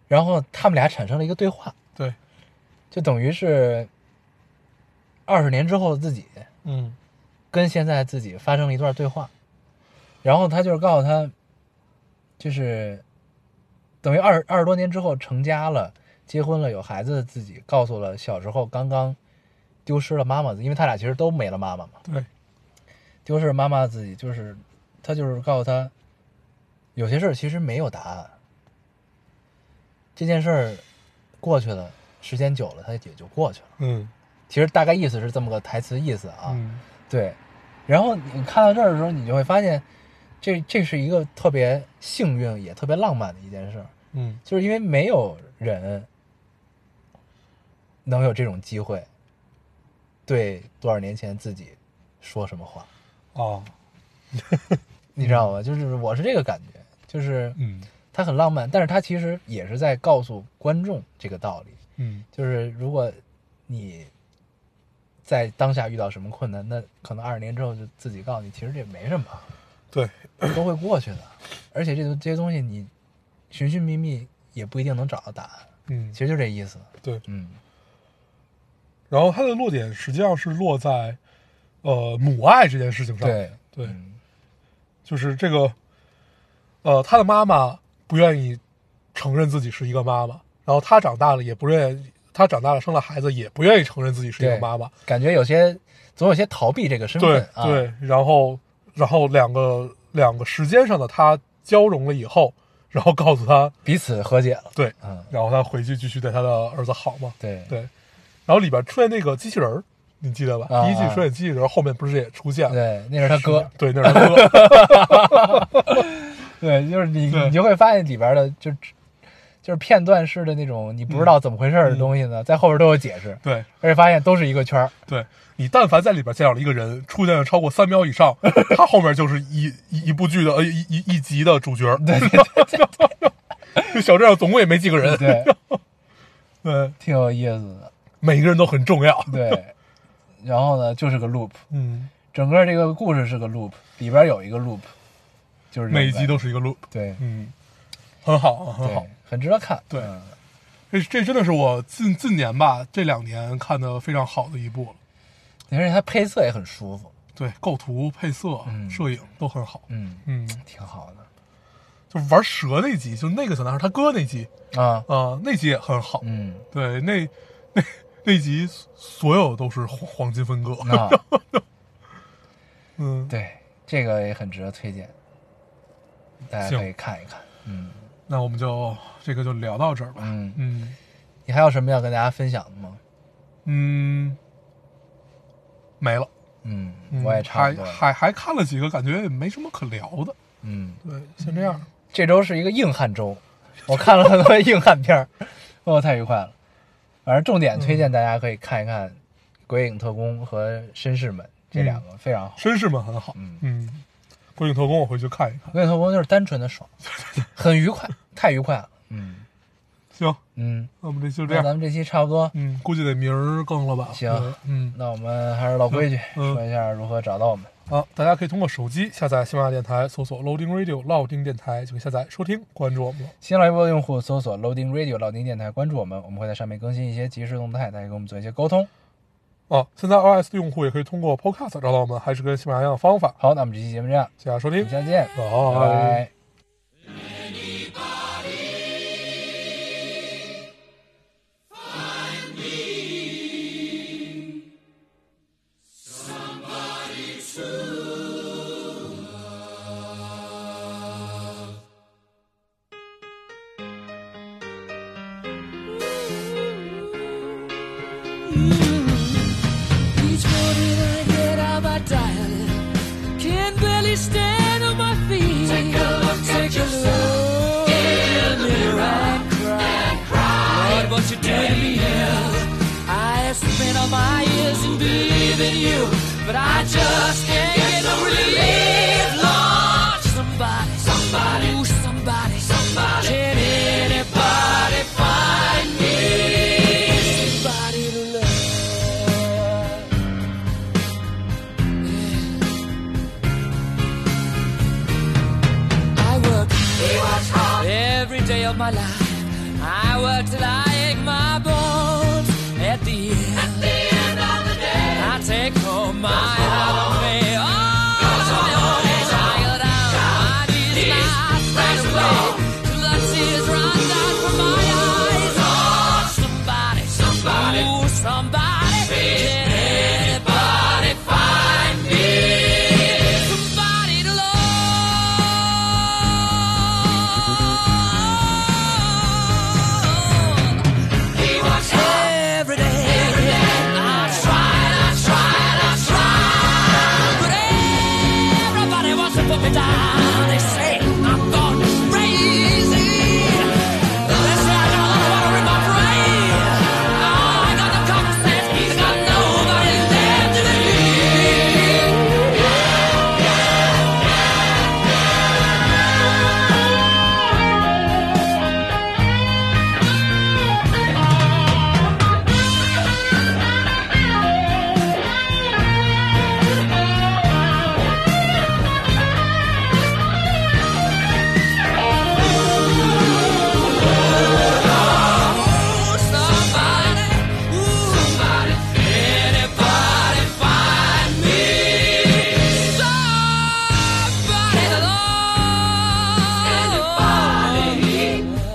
然后他们俩产生了一个对话，
对，
就等于是二十年之后的自己
嗯
跟现在自己发生了一段对话，然后他就是告诉他，就是等于二二十多年之后成家了、结婚了、有孩子的自己，告诉了小时候刚刚丢失了妈妈，因为他俩其实都没了妈妈嘛，
对，
丢失了妈妈自己，就是他就是告诉他，有些事儿其实没有答案，这件事儿过去了，时间久了它也就过去了。
嗯
其实大概意思是这么个台词意思啊，
嗯
对。然后你看到这儿的时候，你就会发现，这这是一个特别幸运也特别浪漫的一件事儿，
嗯，
就是因为没有人能有这种机会，对多少年前自己说什么话，
哦，
你知道吗？就是我是这个感觉，就是
嗯
它很浪漫，但是它其实也是在告诉观众这个道理，
嗯
就是如果你在当下遇到什么困难，那可能二十年之后就自己告诉你，其实这没什么，
对，
都会过去的。而且这东这些东西你寻寻觅觅也不一定能找到答案，
嗯
其实就这意思。
对，
嗯，
然后它的落点实际上是落在，呃，母爱这件事情上，
对
对，
嗯
就是这个，呃，他的妈妈不愿意承认自己是一个妈妈，然后他长大了也不愿意，他长大了生了孩子也不愿意承认自己是一个
对
妈妈，
感觉有些总有些逃避这个身
对
份啊。
对，然后然后两个两个时间上的他交融了以后，然后告诉他，
彼此和解了。
对，
嗯，
然后他回去继续对他的儿子好嘛，
对
对，然后里边出现那个机器人儿，你记得吧？
啊
第一季
啊
出现机器人儿，后面不是也出现了？
对，那是他哥。
对，那是他哥，
对，就是你，
对
你就会发现里边的就就是片段式的那种你不知道怎么回事儿的东西呢，在后边都有解释，
嗯对。
而且发现都是一个圈儿。
对你，但凡在里边见到了一个人出现了超过三秒以上， 他后面就是一一一部剧的呃一一一集的主角。对 小镇上总共也没几个 人。
对，
对，
挺有意思的。
每个人都很重要。
对，然后呢，就是个 loop。
嗯
整个这个故事是个 loop，里边有一个 loop，就是这种
每一集
感觉
都是一个 loop，
对
嗯，很好啊，很好
对。，很值得看。
对
嗯
这这真的是我近近年吧，这两年看的非常好的一部了。
而且它配色也很舒服，
对，构图、配色、
嗯
摄影都很好。
嗯，
嗯，
挺好的
就是玩蛇那集，就那个小男孩他哥那集，
啊，
啊、那集也很好。
嗯，
对，那那那集所有都是黄黄金分割。
那
嗯，
啊对这个也很值得推荐，大家
行
可以看一看。嗯
那我们就这个就聊到这儿吧。
嗯，
嗯
你还有什么要跟大家分享的吗？
嗯，没了。
嗯，
嗯
我也差不
还
多了。
还还看了几个，感觉也没什么可聊的。嗯
嗯，
对，先这样。
这周是一个硬汉周，我看了很多硬汉片儿， 哦，太愉快了。反正重点推荐大家可以看一看《鬼影特工》和《绅士们》这两
嗯
个非常好。
绅士们很好。
嗯
嗯，鬼影特工我回去看一看。
《鬼影特工》就是单纯的 爽，很愉快，太愉快了。嗯
行，
嗯，
那我们这就这
那
样。
咱们这期差不多，
嗯，估计得明儿更了吧？
行
对嗯，
那我们还是老规矩，
嗯嗯
说一下如何找到我们。
好，大家可以通过手机下载喜马拉雅电台，搜索 Loading Radio 老丁电台，就可以下载收听，关注我们了。
新浪微博的用户搜索 Loading Radio 老丁电台，关注我们，我们会在上面更新一些即时动态，大家跟我们做一些沟通。
哦，现在 iOS 的用户也可以通过 Podcast 找到我们，还是跟喜马拉雅的方法。
好，那我们这期节目这样，
谢谢大家收
我
听
们，下次见，
拜
拜拜。
Each morning I get up, I tired. Can barely stand on my feet. Take a look, take a look in the mirror and cry. Lord, what you doing to me now? I have spent all my years in believing you, but I just can't get no relief, Lord. Somebody, somebody, ooh, somebody, somebody. Can anybody find me? Somebody to love. I work. Every day of my life, I work till I ache my bones. At the end, of the day, I take home my hard pay. All my own Oh, I go down, my knees not straight away. Till the tears run down from my eyes. Oh, somebody, somebody, ooh, somebody, can anybody find me? Somebody to love. He works every day. Every day. I tried, I tried, I tried. But everybody wants to put me down. They say I'm gone crazy. They say I got a lot of water in my brain. Oh, I got no common sense. He's got nobody left to believe. Somebody, somebody, anybody find me? Somebody, anybody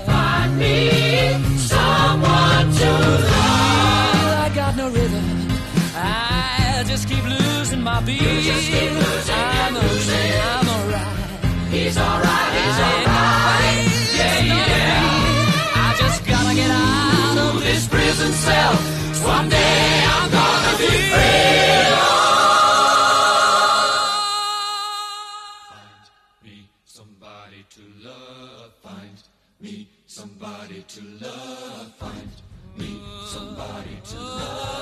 find me? Someone to love. I got no rhythm. I just keep losing my beat. I'm losing. I'm alright. He's alright. He's alright. Yeah, yeah. I just gotta get out of this prison cell. Someday I'm gonna be free.
me somebody to love find me somebody to love find me somebody to love